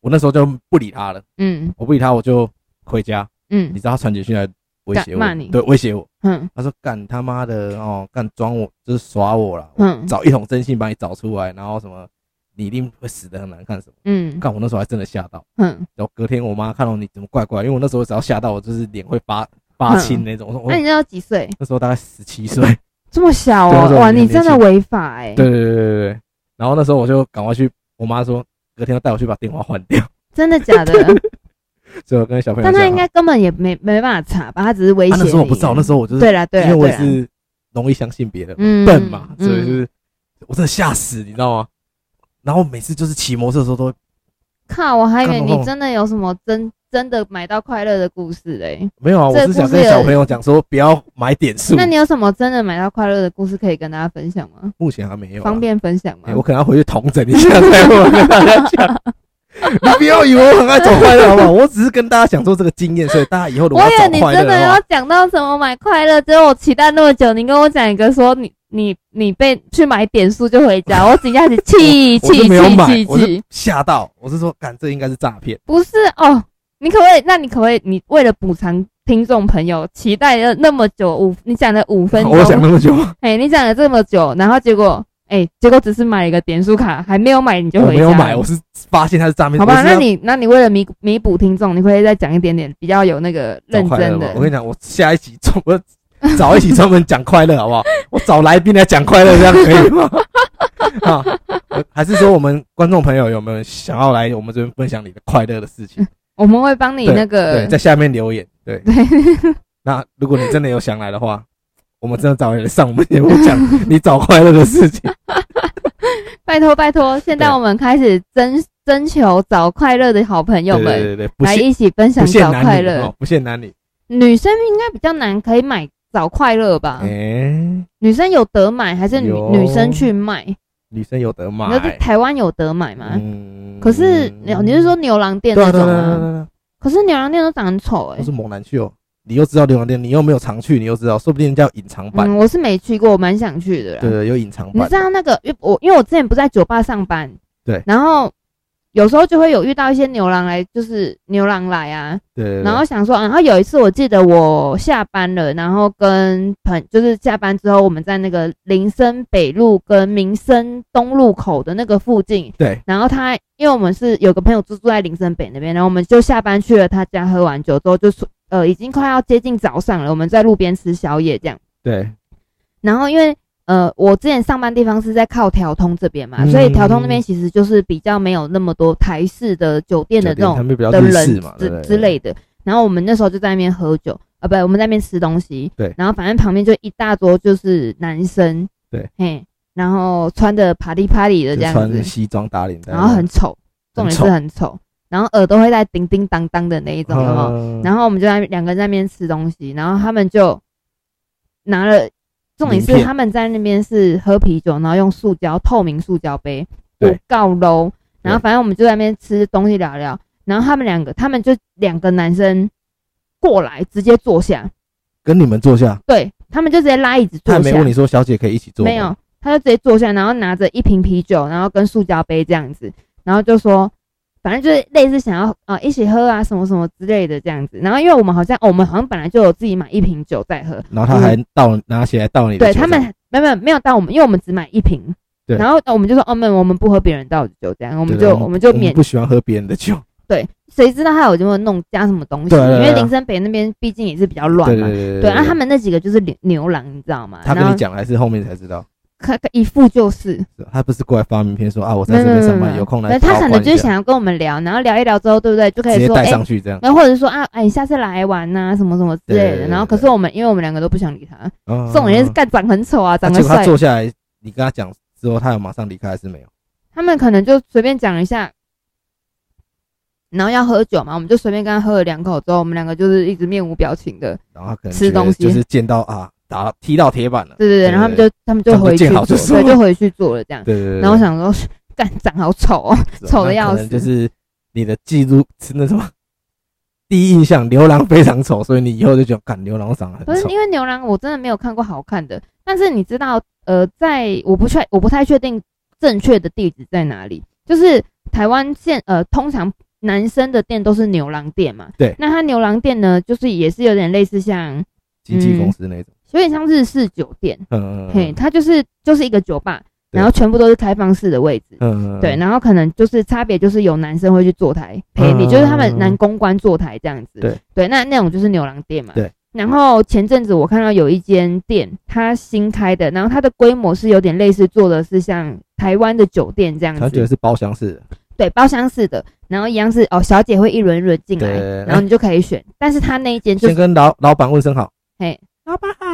Speaker 1: 我那时候就不理他了，
Speaker 2: 嗯
Speaker 1: 我不理他我就回家，你
Speaker 2: 嗯
Speaker 1: 知道他传简讯来威胁
Speaker 2: 干
Speaker 1: 我，
Speaker 2: 骂你
Speaker 1: 对，威胁我，
Speaker 2: 嗯
Speaker 1: 他说干他妈的哦，干装我就是耍我啦，我
Speaker 2: 嗯
Speaker 1: 找一桶真心把你找出来，然后什么你一定会死的很难看什么。
Speaker 2: 嗯
Speaker 1: 干，我那时候还真的吓到。
Speaker 2: 嗯，
Speaker 1: 然后隔天我妈看到你怎么怪怪，因为我那时候只要吓到，我就是脸会发发
Speaker 2: 嗯
Speaker 1: 青那种。我说我
Speaker 2: 那你知道几岁？
Speaker 1: 那时候大概十七岁，
Speaker 2: 这么小
Speaker 1: 对那时
Speaker 2: 哦，
Speaker 1: 候
Speaker 2: 哇，
Speaker 1: 很
Speaker 2: 你
Speaker 1: 年
Speaker 2: 真的
Speaker 1: 轻
Speaker 2: 违法哎！
Speaker 1: 对对对对对对。然后那时候我就赶快去，我妈说隔天要带我去把电话换掉，
Speaker 2: 真的假的？
Speaker 1: 所以我跟小朋友
Speaker 2: 但
Speaker 1: 讲。
Speaker 2: 他应该根本也没没办法查吧，他只是威胁
Speaker 1: 啊
Speaker 2: 你。
Speaker 1: 那时候我不知道，那时候我就是
Speaker 2: 对啦对啦，
Speaker 1: 因为我也
Speaker 2: 对啦
Speaker 1: 是容易相信别人嘛，
Speaker 2: 嗯
Speaker 1: 笨嘛，所
Speaker 2: 嗯
Speaker 1: 以就是我真的吓死，你知道吗？然后每次就是骑摩托车的时候都会
Speaker 2: 靠，我还以为
Speaker 1: 看不懂
Speaker 2: 你真的有什么真真的买到快乐的故事嘞。
Speaker 1: 没有啊，我
Speaker 2: 这
Speaker 1: 是
Speaker 2: 个
Speaker 1: 想
Speaker 2: 故事
Speaker 1: 跟
Speaker 2: 有
Speaker 1: 小朋友讲说不要买点数，
Speaker 2: 那你有什么真的买到快乐的故事可以跟大家分享吗？
Speaker 1: 目前还没有啊、
Speaker 2: 方便分享吗
Speaker 1: 欸、？我可能要回去统整一下再我跟大家讲。 (laughs) 你不要以为我很爱找快乐好不好？我只是跟大家讲说这个经验，所以大家以后如果
Speaker 2: 我
Speaker 1: 要
Speaker 2: 以为
Speaker 1: 找
Speaker 2: 你
Speaker 1: 快乐
Speaker 2: 真的
Speaker 1: 的
Speaker 2: 要
Speaker 1: 话，
Speaker 2: 讲到什么买快乐，结果我期待那么久，你跟我讲一个说你你你被去买点数就回家，我底下是气
Speaker 1: (laughs) 我
Speaker 2: 气
Speaker 1: 就没有
Speaker 2: 气
Speaker 1: 买
Speaker 2: 气，
Speaker 1: 我就
Speaker 2: 气，
Speaker 1: 吓到，我是说，干这应该是诈骗。
Speaker 2: 不是哦。你可不可以？那你可不可以？你为了补偿听众朋友期待了那么久五，你讲了五分钟，
Speaker 1: 哦我想那么久，
Speaker 2: 哎、你讲了这么久，然后结果，哎、结果只是买了一个点数卡，还没有买你就
Speaker 1: 我
Speaker 2: 回
Speaker 1: 哦没
Speaker 2: 家。
Speaker 1: 有买，我是发现他是诈骗。
Speaker 2: 好
Speaker 1: 我
Speaker 2: 吧？
Speaker 1: 是
Speaker 2: 那
Speaker 1: 要
Speaker 2: 你那你为了弥弥补听众，你可以再讲一点点比较有那个
Speaker 1: 找
Speaker 2: 认
Speaker 1: 快乐
Speaker 2: 真
Speaker 1: 嘛
Speaker 2: 的。
Speaker 1: 我跟你讲，我下一集专我找一集专门 (laughs) 讲快乐好不
Speaker 2: (laughs)
Speaker 1: 好？我找来宾来讲快乐，这样可以吗？ (laughs) 啊，我还是说我们观众朋友有没有想要来我们这边分享你的快乐的事情？
Speaker 2: 我们会帮你那
Speaker 1: 对，
Speaker 2: 个
Speaker 1: 在下面留言。对，
Speaker 2: (laughs)
Speaker 1: 那如果你真的有想来的话，我们真的找人上我们节目讲
Speaker 2: (laughs)
Speaker 1: 你找快乐的事情。
Speaker 2: 拜托拜托，现在
Speaker 1: 对
Speaker 2: 我们开始征征求找快乐的好朋友
Speaker 1: 对
Speaker 2: 们
Speaker 1: 对对对，不
Speaker 2: 来
Speaker 1: 限
Speaker 2: 一起分享
Speaker 1: 不限
Speaker 2: 找
Speaker 1: 男
Speaker 2: 快
Speaker 1: 女
Speaker 2: 乐
Speaker 1: 哦。，不限男女。
Speaker 2: 女生应该比较难可以买找快乐吧？
Speaker 1: 哎，
Speaker 2: 女生有得买还是女
Speaker 1: 有
Speaker 2: 女生去卖？
Speaker 1: 女生有得
Speaker 2: 你说在
Speaker 1: 买，
Speaker 2: 台湾有得买吗？
Speaker 1: 嗯
Speaker 2: 可是你你是说牛郎店
Speaker 1: 对
Speaker 2: 那
Speaker 1: 啊对
Speaker 2: 种
Speaker 1: 啊对啊对啊
Speaker 2: 吗？
Speaker 1: 对啊，
Speaker 2: 可是牛郎店都长得很丑哎、
Speaker 1: 我是猛男去哦。你又知道流浪店，你又没有常去，你又知道，说不定人家有隐藏版。
Speaker 2: 嗯，我是没去过，我蛮想去的啦。
Speaker 1: 对，对，有隐藏
Speaker 2: 你
Speaker 1: 版
Speaker 2: 知。道那个，因为我因为我之前不在酒吧上班，
Speaker 1: 对
Speaker 2: 然后有时候就会有遇到一些牛郎来，就是牛郎来啊，
Speaker 1: 对对，对
Speaker 2: 然后想说，啊然后有一次我记得我下班了，然后跟朋就是下班之后，我们在那个林森北路跟民生东路口的那个附近，
Speaker 1: 对，
Speaker 2: 然后他因为我们是有个朋友住住在林森北那边，然后我们就下班去了他家喝完酒之后就出呃已经快要接近早上了，我们在路边吃宵夜这样。
Speaker 1: 对，
Speaker 2: 然后因为呃，我之前上班地方是在靠条通这边嘛，
Speaker 1: 嗯
Speaker 2: 所以条通那边其实就是比较没有那么多台式的酒店的这
Speaker 1: 他
Speaker 2: 种
Speaker 1: 们比较
Speaker 2: 的
Speaker 1: 日
Speaker 2: 人
Speaker 1: 式嘛，对不
Speaker 2: 之
Speaker 1: 对
Speaker 2: 之类的。然后我们那时候就在那边喝酒，啊，不，我们在那边吃东西。
Speaker 1: 对
Speaker 2: 然后反正旁边就一大桌就是男生。
Speaker 1: 对。
Speaker 2: 嘿，然后穿的啪里啪里的这
Speaker 1: 就
Speaker 2: 样
Speaker 1: 穿哎
Speaker 2: 子，
Speaker 1: 西装打领带，啊
Speaker 2: 然后很丑，重点是很丑，然后耳朵会带叮叮当当的那一种，有没有
Speaker 1: 嗯
Speaker 2: 然后我们就在两个人在那边吃东西，然后他们就拿了，重点
Speaker 1: 名
Speaker 2: 是
Speaker 1: 片
Speaker 2: 他们在那边是喝啤酒，然后用塑胶透明塑胶杯，
Speaker 1: 对
Speaker 2: 我告 low，然
Speaker 1: 对
Speaker 2: 后反正我们就在那边吃东西聊聊，然后他们两个，他们就两个男生过来直接坐下，
Speaker 1: 跟你们坐下，
Speaker 2: 对他们就直接拉椅子
Speaker 1: 他
Speaker 2: 坐
Speaker 1: 也没
Speaker 2: 下
Speaker 1: 问，你说小姐可以一起坐吗
Speaker 2: 没有，，他就直接坐下，然后拿着一瓶啤酒，然后跟塑胶杯这样子，然后就说，反正就是类似想要啊、呃一起喝啊什么什么之类的这样子。然后因为我们好像、哦我们好像本来就有自己买一瓶酒在喝，
Speaker 1: 然后他还倒拿起来倒你的
Speaker 2: 对
Speaker 1: 酒
Speaker 2: 他
Speaker 1: 上，
Speaker 2: 们没有没有没有到我们，因为我们只买一瓶。
Speaker 1: 对
Speaker 2: 然后呃我们就说，哦，没有，我们不喝别人倒的酒，这样，我
Speaker 1: 对
Speaker 2: 们
Speaker 1: 对啊
Speaker 2: 就我们就免
Speaker 1: 不喜欢喝别人的酒，
Speaker 2: 对，谁知道他有没有弄加什么东西？
Speaker 1: 对对啊对对
Speaker 2: 因为林森北那边毕竟也是比较乱
Speaker 1: 对
Speaker 2: 嘛，
Speaker 1: 对对
Speaker 2: 对，然后啊他们那几个就是牛牛郎，你知道吗？
Speaker 1: 他跟
Speaker 2: 然后
Speaker 1: 你讲还是后面才知道，
Speaker 2: 可可一副就是，
Speaker 1: 他不是过来发名片说啊我
Speaker 2: 没
Speaker 1: 在这
Speaker 2: 有没
Speaker 1: 边
Speaker 2: 有
Speaker 1: 上
Speaker 2: 没有
Speaker 1: 班，有空
Speaker 2: 没
Speaker 1: 来
Speaker 2: 有他
Speaker 1: 找
Speaker 2: 可
Speaker 1: 我
Speaker 2: 能
Speaker 1: 逛一
Speaker 2: 就是
Speaker 1: 下
Speaker 2: 想要跟我们聊，然后聊一聊之后，对不对？就可
Speaker 1: 直
Speaker 2: 以
Speaker 1: 接
Speaker 2: 说，
Speaker 1: 带
Speaker 2: 哎、
Speaker 1: 上去这样，
Speaker 2: 然后或者说啊，哎、你下次来玩呐、什么什么之
Speaker 1: 对
Speaker 2: 类
Speaker 1: 对对
Speaker 2: 的。
Speaker 1: 对
Speaker 2: 然后可是我们，因为我们两个都不想理他，
Speaker 1: 嗯
Speaker 2: 这种人是干长很丑啊，
Speaker 1: 那
Speaker 2: 长得
Speaker 1: 结果他
Speaker 2: 帅，
Speaker 1: 坐下来，你跟他讲之后，他有马上离开还是没有？
Speaker 2: 他们可能就随便讲一下，然后要喝酒嘛，我们就随便跟他喝了两口之后，我们两个就是一直面无表情的，
Speaker 1: 然后他可能
Speaker 2: 吃
Speaker 1: 觉得
Speaker 2: 东西
Speaker 1: 就是见到啊打踢到铁板了，
Speaker 2: 对对对，然后他们就他们就回去
Speaker 1: 见好
Speaker 2: 坐，
Speaker 1: 就收
Speaker 2: 对，就回去做了这样。
Speaker 1: 对对对对，
Speaker 2: 然后我想说， (laughs) 干长好丑哦，
Speaker 1: 是吧啊
Speaker 2: 丑得
Speaker 1: 那
Speaker 2: 要
Speaker 1: 可能
Speaker 2: 死
Speaker 1: 就是你的记录是那什么第一印象，牛郎非常丑，所以你以后就觉得，干牛郎长得
Speaker 2: 不
Speaker 1: 很
Speaker 2: 是
Speaker 1: 丑，
Speaker 2: 因为牛郎，我真的没有看过好看的。但是你知道，呃，在我不确我不太确定正确的地址在哪里，就是台湾现呃，通常男生的店都是牛郎店嘛。
Speaker 1: 对
Speaker 2: 那它牛郎店呢，就是也是有点类似像，
Speaker 1: 经纪公司那种，
Speaker 2: 有点像日式酒店，
Speaker 1: 嗯嗯
Speaker 2: 嘿，
Speaker 1: 嗯
Speaker 2: 它就是就是一个酒吧，
Speaker 1: 对
Speaker 2: 然后全部都是开放式的位置。
Speaker 1: 嗯，嗯
Speaker 2: 对，，然后可能就是差别就是有男生会去坐台陪你，
Speaker 1: 嗯
Speaker 2: 就是他们男公关坐台这样子。
Speaker 1: 对
Speaker 2: 那那种就是牛郎店嘛。
Speaker 1: 对。
Speaker 2: 然后前阵子我看到有一间店，它新开的，然后它的规模是有点类似做的是像台湾的酒店这样
Speaker 1: 他觉得
Speaker 2: 子，
Speaker 1: 是包厢式的，
Speaker 2: 对，包厢式的，然后一样是哦，小姐会一轮一轮进来
Speaker 1: 对，
Speaker 2: 然后你就可以选。但是它那一间就
Speaker 1: 先
Speaker 2: 是
Speaker 1: 跟老老板问声好，
Speaker 2: 嘿，嗯
Speaker 1: 老板好，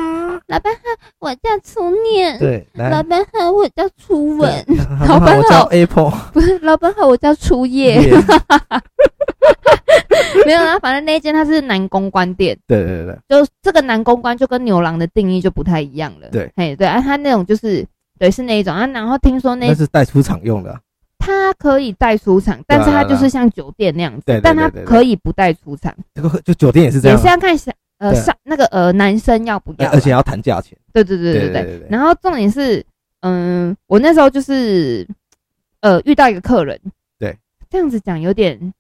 Speaker 3: 老板好，我叫初念。
Speaker 1: 对，来，
Speaker 3: 老板好，我叫初吻。
Speaker 1: 对，
Speaker 3: 老板
Speaker 1: 我叫
Speaker 3: 好
Speaker 1: Apple，
Speaker 3: 不是，老板好，我叫初
Speaker 1: (laughs)
Speaker 3: 夜。
Speaker 1: 耶
Speaker 2: (laughs) 没有啊啦，反正那一间它是男公关店，
Speaker 1: 对对对
Speaker 2: 就这个男公关就跟牛郎的定义就不太一样了。
Speaker 1: 对，
Speaker 2: 嘿，对，啊，他那种就是对是那一种啊，然后听说
Speaker 1: 对，
Speaker 2: 那
Speaker 1: 那是带出场用的啊，
Speaker 2: 他可以带出场，但是他就是像酒店那样子，
Speaker 1: 对对对
Speaker 2: 但他
Speaker 1: 对对
Speaker 2: 可以不带出场，
Speaker 1: 这个就酒店也是这
Speaker 2: 也
Speaker 1: 样
Speaker 2: 是
Speaker 1: 啊，
Speaker 2: 要看小呃
Speaker 1: 对啊
Speaker 2: 上那个呃男生要不要啦，
Speaker 1: 而且要谈价钱，
Speaker 2: 对对对对
Speaker 1: 对
Speaker 2: 对。
Speaker 1: 对对，
Speaker 2: 然后重点是，嗯，我那时候就是呃遇到一个客人，
Speaker 1: 对，
Speaker 2: 这样子讲有点，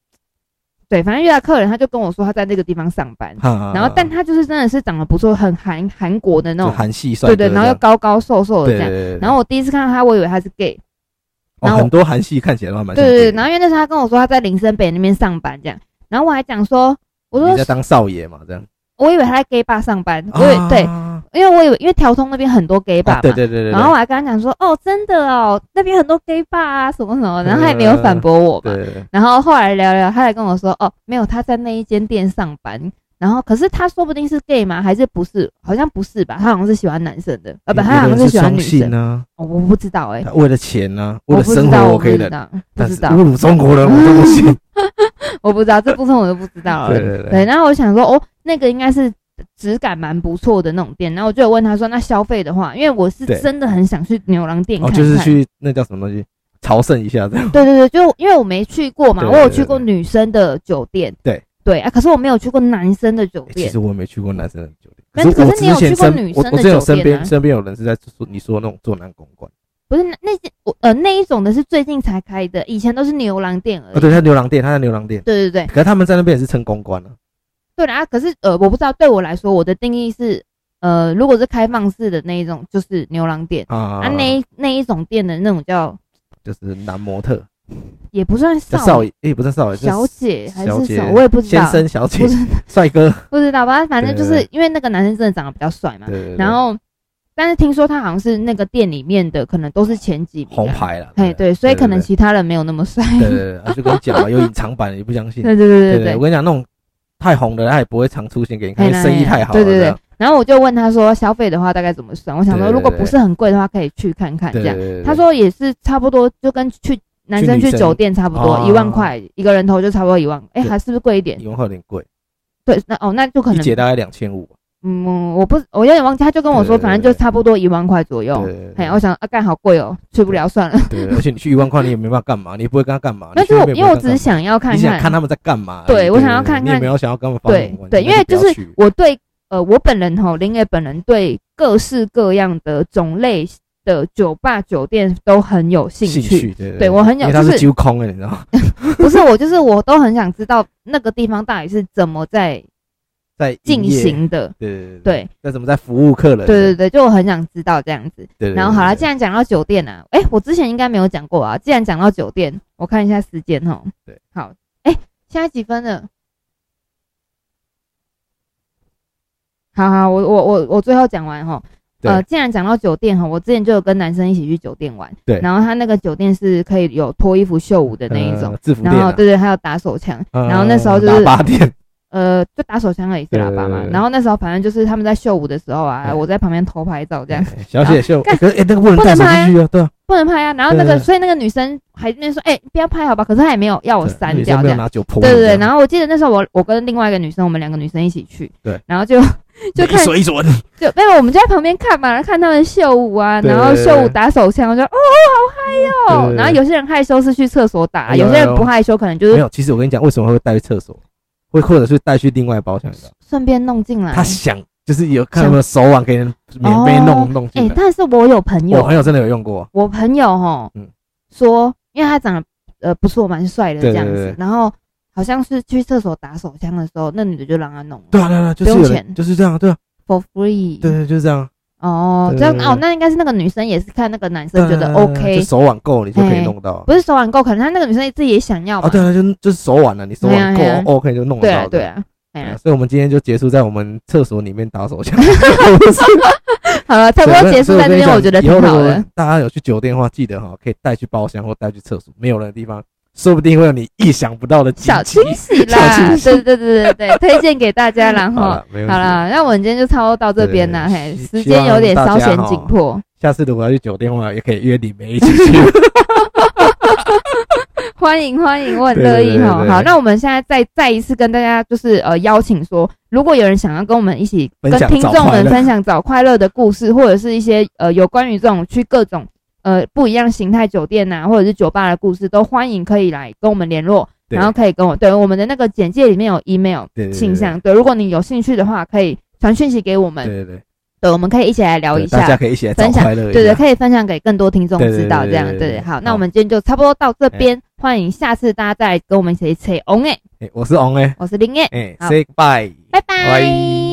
Speaker 2: 对，反正遇到客人他就跟我说他在那个地方上班，然
Speaker 1: 然
Speaker 2: 后但他就是真的是长得不错，很韩韩国的那
Speaker 1: 就
Speaker 2: 种，
Speaker 1: 韩系帅
Speaker 2: 对
Speaker 1: 哥这样，
Speaker 2: 对，然后又高高瘦瘦的
Speaker 1: 对对
Speaker 2: 这样。
Speaker 1: 对，
Speaker 2: 然后我第一次看到他，我以为他是 gay，
Speaker 1: 哦
Speaker 2: 然后
Speaker 1: 很多韩系看起来都还蛮
Speaker 2: 对
Speaker 1: 像
Speaker 2: 对对，
Speaker 1: gay 的
Speaker 2: 然后因为那时候他跟我说他在林森北那边上班这样，然后我还讲说，我
Speaker 1: 你在
Speaker 2: 说
Speaker 1: 当少爷嘛，这样。
Speaker 2: 我以为他在 gay bar 上班，我以为
Speaker 1: 啊
Speaker 2: 对，因为我以为因为调通那边很多 gay
Speaker 1: 啊
Speaker 2: bar 嘛，
Speaker 1: 对对对对，
Speaker 2: 然后我还跟他讲说，哦，真的哦，那边很多 gay bar 啊，什么什么，然后他也没有反驳我嘛，
Speaker 1: 呃对对对
Speaker 2: 然后后来聊聊，他还跟我说，哦，没有，他在那一间店上班。然后，可是他说不定是 gay 嘛，还是不是？好像不是吧？他好像是喜欢男生的，呃，不，
Speaker 1: 有
Speaker 2: 他好
Speaker 1: 有
Speaker 2: 像
Speaker 1: 人是
Speaker 2: 喜欢女
Speaker 1: 双性
Speaker 2: 生。
Speaker 1: 呢，
Speaker 2: 哦我不知道哎、
Speaker 1: 他为了钱呢，为
Speaker 2: 我
Speaker 1: 了
Speaker 2: 不知
Speaker 1: 生活
Speaker 2: 道，我不
Speaker 1: OK
Speaker 2: 知
Speaker 1: 的，
Speaker 2: 道，不
Speaker 1: 但
Speaker 2: 知
Speaker 1: 是
Speaker 2: 道
Speaker 1: 侮，辱中国人我都
Speaker 2: (laughs)
Speaker 1: 不行。
Speaker 2: 我不知道这部分我就不知道了。欸
Speaker 1: 对对
Speaker 2: 啊对，
Speaker 1: 对，
Speaker 2: 然后我想说，哦，那个应该是质感蛮不错的那种店。然后我就有问他说，那消费的话，因为我是
Speaker 1: 对
Speaker 2: 真的很想去牛郎店看
Speaker 1: 哦，
Speaker 2: 看。
Speaker 1: 就是去那叫什么东西，朝圣一下这样。
Speaker 2: 对对对，就因为我没去过嘛，
Speaker 1: 对
Speaker 2: 我有
Speaker 1: 对
Speaker 2: 去过
Speaker 1: 对
Speaker 2: 女生的酒店。
Speaker 1: 对
Speaker 2: 对啊，可是我没有去过男生的酒
Speaker 1: 诶其
Speaker 2: 店。
Speaker 1: 实我也没去过男生的酒
Speaker 2: 那
Speaker 1: 店，我
Speaker 2: 哎可是你有
Speaker 1: 之前
Speaker 2: 去过
Speaker 1: 身
Speaker 2: 女
Speaker 1: 我
Speaker 2: 生
Speaker 1: 我之
Speaker 2: 的
Speaker 1: 前有
Speaker 2: 酒
Speaker 1: 身
Speaker 2: 店
Speaker 1: 边
Speaker 2: 啊
Speaker 1: 身边有人是在说你说那种做男公关，
Speaker 2: 不是那那些我呃那一种的是最近才开的，以前都是牛郎店而已。
Speaker 1: 哦，对，他牛郎店，他在牛郎店，
Speaker 2: 对对对
Speaker 1: 可是他们在那边也是称公关啊，
Speaker 2: 对啦，啊可是呃，我不知道对我来说，我的定义是，呃，如果是开放式的那一种，就是牛郎店。
Speaker 1: 啊
Speaker 2: 啊，那一那一种店的那种叫
Speaker 1: 就是男模特，
Speaker 2: 也不算
Speaker 1: 叫
Speaker 2: 少
Speaker 1: 少爷，诶，不是少爷，是
Speaker 2: 小姐还
Speaker 1: 小
Speaker 2: 是
Speaker 1: 姐
Speaker 2: 什么，我也不知
Speaker 1: 先
Speaker 2: 道，
Speaker 1: 生、小姐
Speaker 2: 不是、啊
Speaker 1: 帅哥，
Speaker 2: 不知道，反正反正就
Speaker 1: 对对
Speaker 2: 是因为那个男生真的长得比较帅嘛
Speaker 1: 对，对对，
Speaker 2: 然后但是听说他好像是那个店里面的，可能都是前几名啊
Speaker 1: 红，牌了，
Speaker 2: 嘿对，所以可能
Speaker 1: 对
Speaker 2: 其他人没有那么帅，
Speaker 1: 对对对，啊就跟你讲嘛，有隐藏版，你不相信，
Speaker 2: (laughs) 对对对对
Speaker 1: 对我跟你讲，那种太红的，他也不会常出现给你看，
Speaker 2: 嘿
Speaker 1: 因为生意太好了，
Speaker 2: 对对
Speaker 1: 这
Speaker 2: 对
Speaker 1: 样。
Speaker 2: 然后我就问他说，消费的话大概怎么算？我想说，
Speaker 1: 对对对
Speaker 2: 如果不是很贵的话，可以去看看
Speaker 1: 对
Speaker 2: 哎这
Speaker 1: 对
Speaker 2: 样。
Speaker 1: 对，对
Speaker 2: 他说也是差不多，就跟去男生去酒店差不
Speaker 1: 去女
Speaker 2: 多，
Speaker 1: 生
Speaker 2: 一万块一个人头就差不多一万。哎，
Speaker 1: 对
Speaker 2: 还是不是贵一点？
Speaker 1: 一万块有点贵，
Speaker 2: 对，那哦，那就可
Speaker 1: 一
Speaker 2: 能
Speaker 1: 节大概两千五，
Speaker 2: 嗯，我不我有点忘记，他就跟我
Speaker 1: 对对
Speaker 2: 说，
Speaker 1: 对
Speaker 2: 反正就差不多一万块左右
Speaker 1: 对。对对
Speaker 2: 哎，我想啊，干好贵哦，去不了算了。
Speaker 1: 对，而且你去一万块，你也没办法干嘛，你也不会跟他干嘛，
Speaker 2: 但
Speaker 1: 你
Speaker 2: 是
Speaker 1: 去那
Speaker 2: 我
Speaker 1: 边也
Speaker 2: 因为我
Speaker 1: 不
Speaker 2: 只
Speaker 1: 会
Speaker 2: 是
Speaker 1: 跟他干嘛
Speaker 2: 想要看
Speaker 1: 你想看他们在干嘛而已，
Speaker 2: 对我想要看
Speaker 1: 你也
Speaker 2: 看
Speaker 1: 没有想要跟他们发生
Speaker 2: 对
Speaker 1: 关系
Speaker 2: 对，因为就
Speaker 1: 那
Speaker 2: 是
Speaker 1: 不要去
Speaker 2: 我对呃，我本人吼，林野本人对各式各样的种类的酒吧、酒店都很有兴
Speaker 1: 兴
Speaker 2: 趣。
Speaker 1: 趣，对对
Speaker 2: 对我很有
Speaker 1: 因为他是
Speaker 2: 就是
Speaker 1: 揪空的，你知
Speaker 2: (laughs)
Speaker 1: 道吗？
Speaker 2: 不是我，就是我都很想知道那个地方到底是怎么在
Speaker 1: 在营
Speaker 2: 进
Speaker 1: 业，
Speaker 2: 行的。
Speaker 1: 对对对，
Speaker 2: 对
Speaker 1: 那怎么在服务客人？
Speaker 2: 对对对，就我很想知道这样子。
Speaker 1: 对对
Speaker 2: 然后好了，既
Speaker 1: 这样
Speaker 2: 然讲到酒店啊，哎，我之前应该没有讲过啊。既然讲到酒店，我看一下时间哦。
Speaker 1: 对，
Speaker 2: 好，哎，现在几分了？好好，我我我我最后讲完哈。
Speaker 1: 对
Speaker 2: 呃，既然讲到酒店哈，我之前就有跟男生一起去酒店玩，
Speaker 1: 对
Speaker 2: 然后他那个酒店是可以有脱衣服秀舞的那一种，
Speaker 1: 制服店
Speaker 2: 然后
Speaker 1: 啊，
Speaker 2: 对对，还有打手枪，
Speaker 1: 呃
Speaker 2: 然后那时候就是
Speaker 1: 喇叭店，
Speaker 2: 呃，就打手枪而已，是喇叭
Speaker 1: 对
Speaker 2: 嘛
Speaker 1: 对对。对
Speaker 2: 然后那时候反正就是他们在秀舞的时候啊，
Speaker 1: 嗯
Speaker 2: 我在旁边偷拍照这样，
Speaker 1: 哎 (laughs) 小姐秀，哎
Speaker 2: 干
Speaker 1: 可是哎那个不能带手机去啊，对啊，
Speaker 2: 不能拍啊。然后那
Speaker 1: 对对
Speaker 2: 个，
Speaker 1: 对
Speaker 2: 所以那个女生还在那边说，哎，不要拍好吧？可是她也没有要我哦删
Speaker 1: 女
Speaker 2: 掉
Speaker 1: 生没有
Speaker 2: 这样。
Speaker 1: 拿酒泼你这啊
Speaker 2: 对
Speaker 1: 样，
Speaker 2: 对对，然后我记得那时候我我跟另外一个女生，我们两个女生一起去，
Speaker 1: 对，
Speaker 2: 然后就就看
Speaker 1: 一手一手的，
Speaker 2: 就没有我们就在旁边看嘛，看他们秀舞啊，
Speaker 1: 对对
Speaker 2: 然后
Speaker 1: 对
Speaker 2: 秀舞打手枪，我就哦好嗨
Speaker 1: 对对
Speaker 2: 哟。
Speaker 1: 对
Speaker 2: 然后有些人害羞是去厕所打，
Speaker 1: 有
Speaker 2: 有些
Speaker 1: 有
Speaker 2: 人不害羞可能就
Speaker 1: 没
Speaker 2: 是
Speaker 1: 有。其实我跟你讲，为什么会带去厕所，会或者是带去另外包厢，你知道吗
Speaker 2: 顺便弄进来
Speaker 1: 他。想就是有看有没有手腕给人免费弄弄
Speaker 2: 哎
Speaker 1: 进，来。
Speaker 2: 但是我有朋友
Speaker 1: 我朋友真的有用过，
Speaker 2: 我朋友吼，
Speaker 1: 嗯
Speaker 2: 说，因为他长得呃不错，蛮帅的
Speaker 1: 对
Speaker 2: 这样子，
Speaker 1: 对对
Speaker 2: 然后好像是去厕所打手枪的时候，那女的就让他弄
Speaker 1: 对啊对啊，对啊就是
Speaker 2: 不用
Speaker 1: 有人
Speaker 2: 钱
Speaker 1: 就是这样，对啊，
Speaker 2: for free，
Speaker 1: 对，啊对就是这样，
Speaker 2: 哦，
Speaker 1: 对
Speaker 2: 这样
Speaker 1: 对对
Speaker 2: 哦，那应该是那个女生也是看那个男生觉
Speaker 1: 对
Speaker 2: 得
Speaker 1: 啊对啊对啊
Speaker 2: OK，
Speaker 1: 就手腕够你就可以
Speaker 2: 哎
Speaker 1: 弄到。
Speaker 2: 不是手腕够，可能他那个女生自己也想要嘛，
Speaker 1: 啊，对啊，就就是手腕了，你手腕够哦
Speaker 2: 对啊对
Speaker 1: OK 就弄得
Speaker 2: 对
Speaker 1: 到
Speaker 2: 啊
Speaker 1: 的。
Speaker 2: 对啊，哎呀
Speaker 1: 啊，所以我们今天就结束在我们厕所里
Speaker 2: (laughs)
Speaker 1: 面打手枪。
Speaker 2: 好了，差不多结束在这边，我觉得挺好。
Speaker 1: 所以我跟你讲以后如
Speaker 2: 的
Speaker 1: 果，大家有去酒店的话，记得哈，可以带去包厢或带去厕所，没有人的地方，说不定会有你意想不到的惊
Speaker 2: 小
Speaker 1: 喜
Speaker 2: 惊。喜
Speaker 1: 小
Speaker 2: 啦，
Speaker 1: 惊喜
Speaker 2: 对对对对对，对推荐给大家啦，然
Speaker 1: (laughs) 好
Speaker 2: 后。
Speaker 1: 了，没问题。
Speaker 2: 哦好，啦，那我们今天就差不多到这边啦，
Speaker 1: 对
Speaker 2: 嘿，
Speaker 1: 希
Speaker 2: 时间有点
Speaker 1: 希望
Speaker 2: 稍
Speaker 1: 大家
Speaker 2: 显
Speaker 1: 哈
Speaker 2: 紧迫，
Speaker 1: 下次如果要去酒店的话，也可以约你们一起
Speaker 2: (laughs)
Speaker 1: 去。
Speaker 2: 欢迎欢迎，我很
Speaker 1: 对
Speaker 2: 乐
Speaker 1: 对
Speaker 2: 意
Speaker 1: 对
Speaker 2: 哈。
Speaker 1: 对
Speaker 2: 好，那我们现在再再一次跟大家就是呃邀请说，如果有人想要跟我们一起
Speaker 1: 分
Speaker 2: 跟
Speaker 1: 享
Speaker 2: 听
Speaker 1: 找
Speaker 2: 众
Speaker 1: 快
Speaker 2: 们
Speaker 1: 乐
Speaker 2: 分享找快乐的故事，或者是一些呃有关于这种去各种呃不一样形态酒店呐、或者是酒吧的故事，都欢迎可以来跟我们联络，
Speaker 1: 对
Speaker 2: 然后可以跟我对我们的那个简介里面有 email
Speaker 1: 对对对
Speaker 2: 信箱，对，如果你有兴趣的话，可以传讯息给我
Speaker 1: 对
Speaker 2: 们，
Speaker 1: 对对，
Speaker 2: 对，我们可以一起来聊
Speaker 1: 对
Speaker 2: 一
Speaker 1: 大家
Speaker 2: 下。
Speaker 1: 可以一起来找快乐一下。
Speaker 2: 对对，可以分享给更多听众
Speaker 1: 对对
Speaker 2: 知道，
Speaker 1: 对
Speaker 2: 这样
Speaker 1: 对
Speaker 2: 对
Speaker 1: 对
Speaker 2: 对。
Speaker 1: 对
Speaker 2: 好，
Speaker 1: 好哎
Speaker 2: 那我们今天就差不多到这边，欢迎下次大家再跟我们一起扯 on 哎，
Speaker 1: 哎我是王哎
Speaker 2: 我是林哎，
Speaker 1: 哎
Speaker 2: 好
Speaker 1: ，say goodbye。
Speaker 2: 拜拜。
Speaker 1: 拜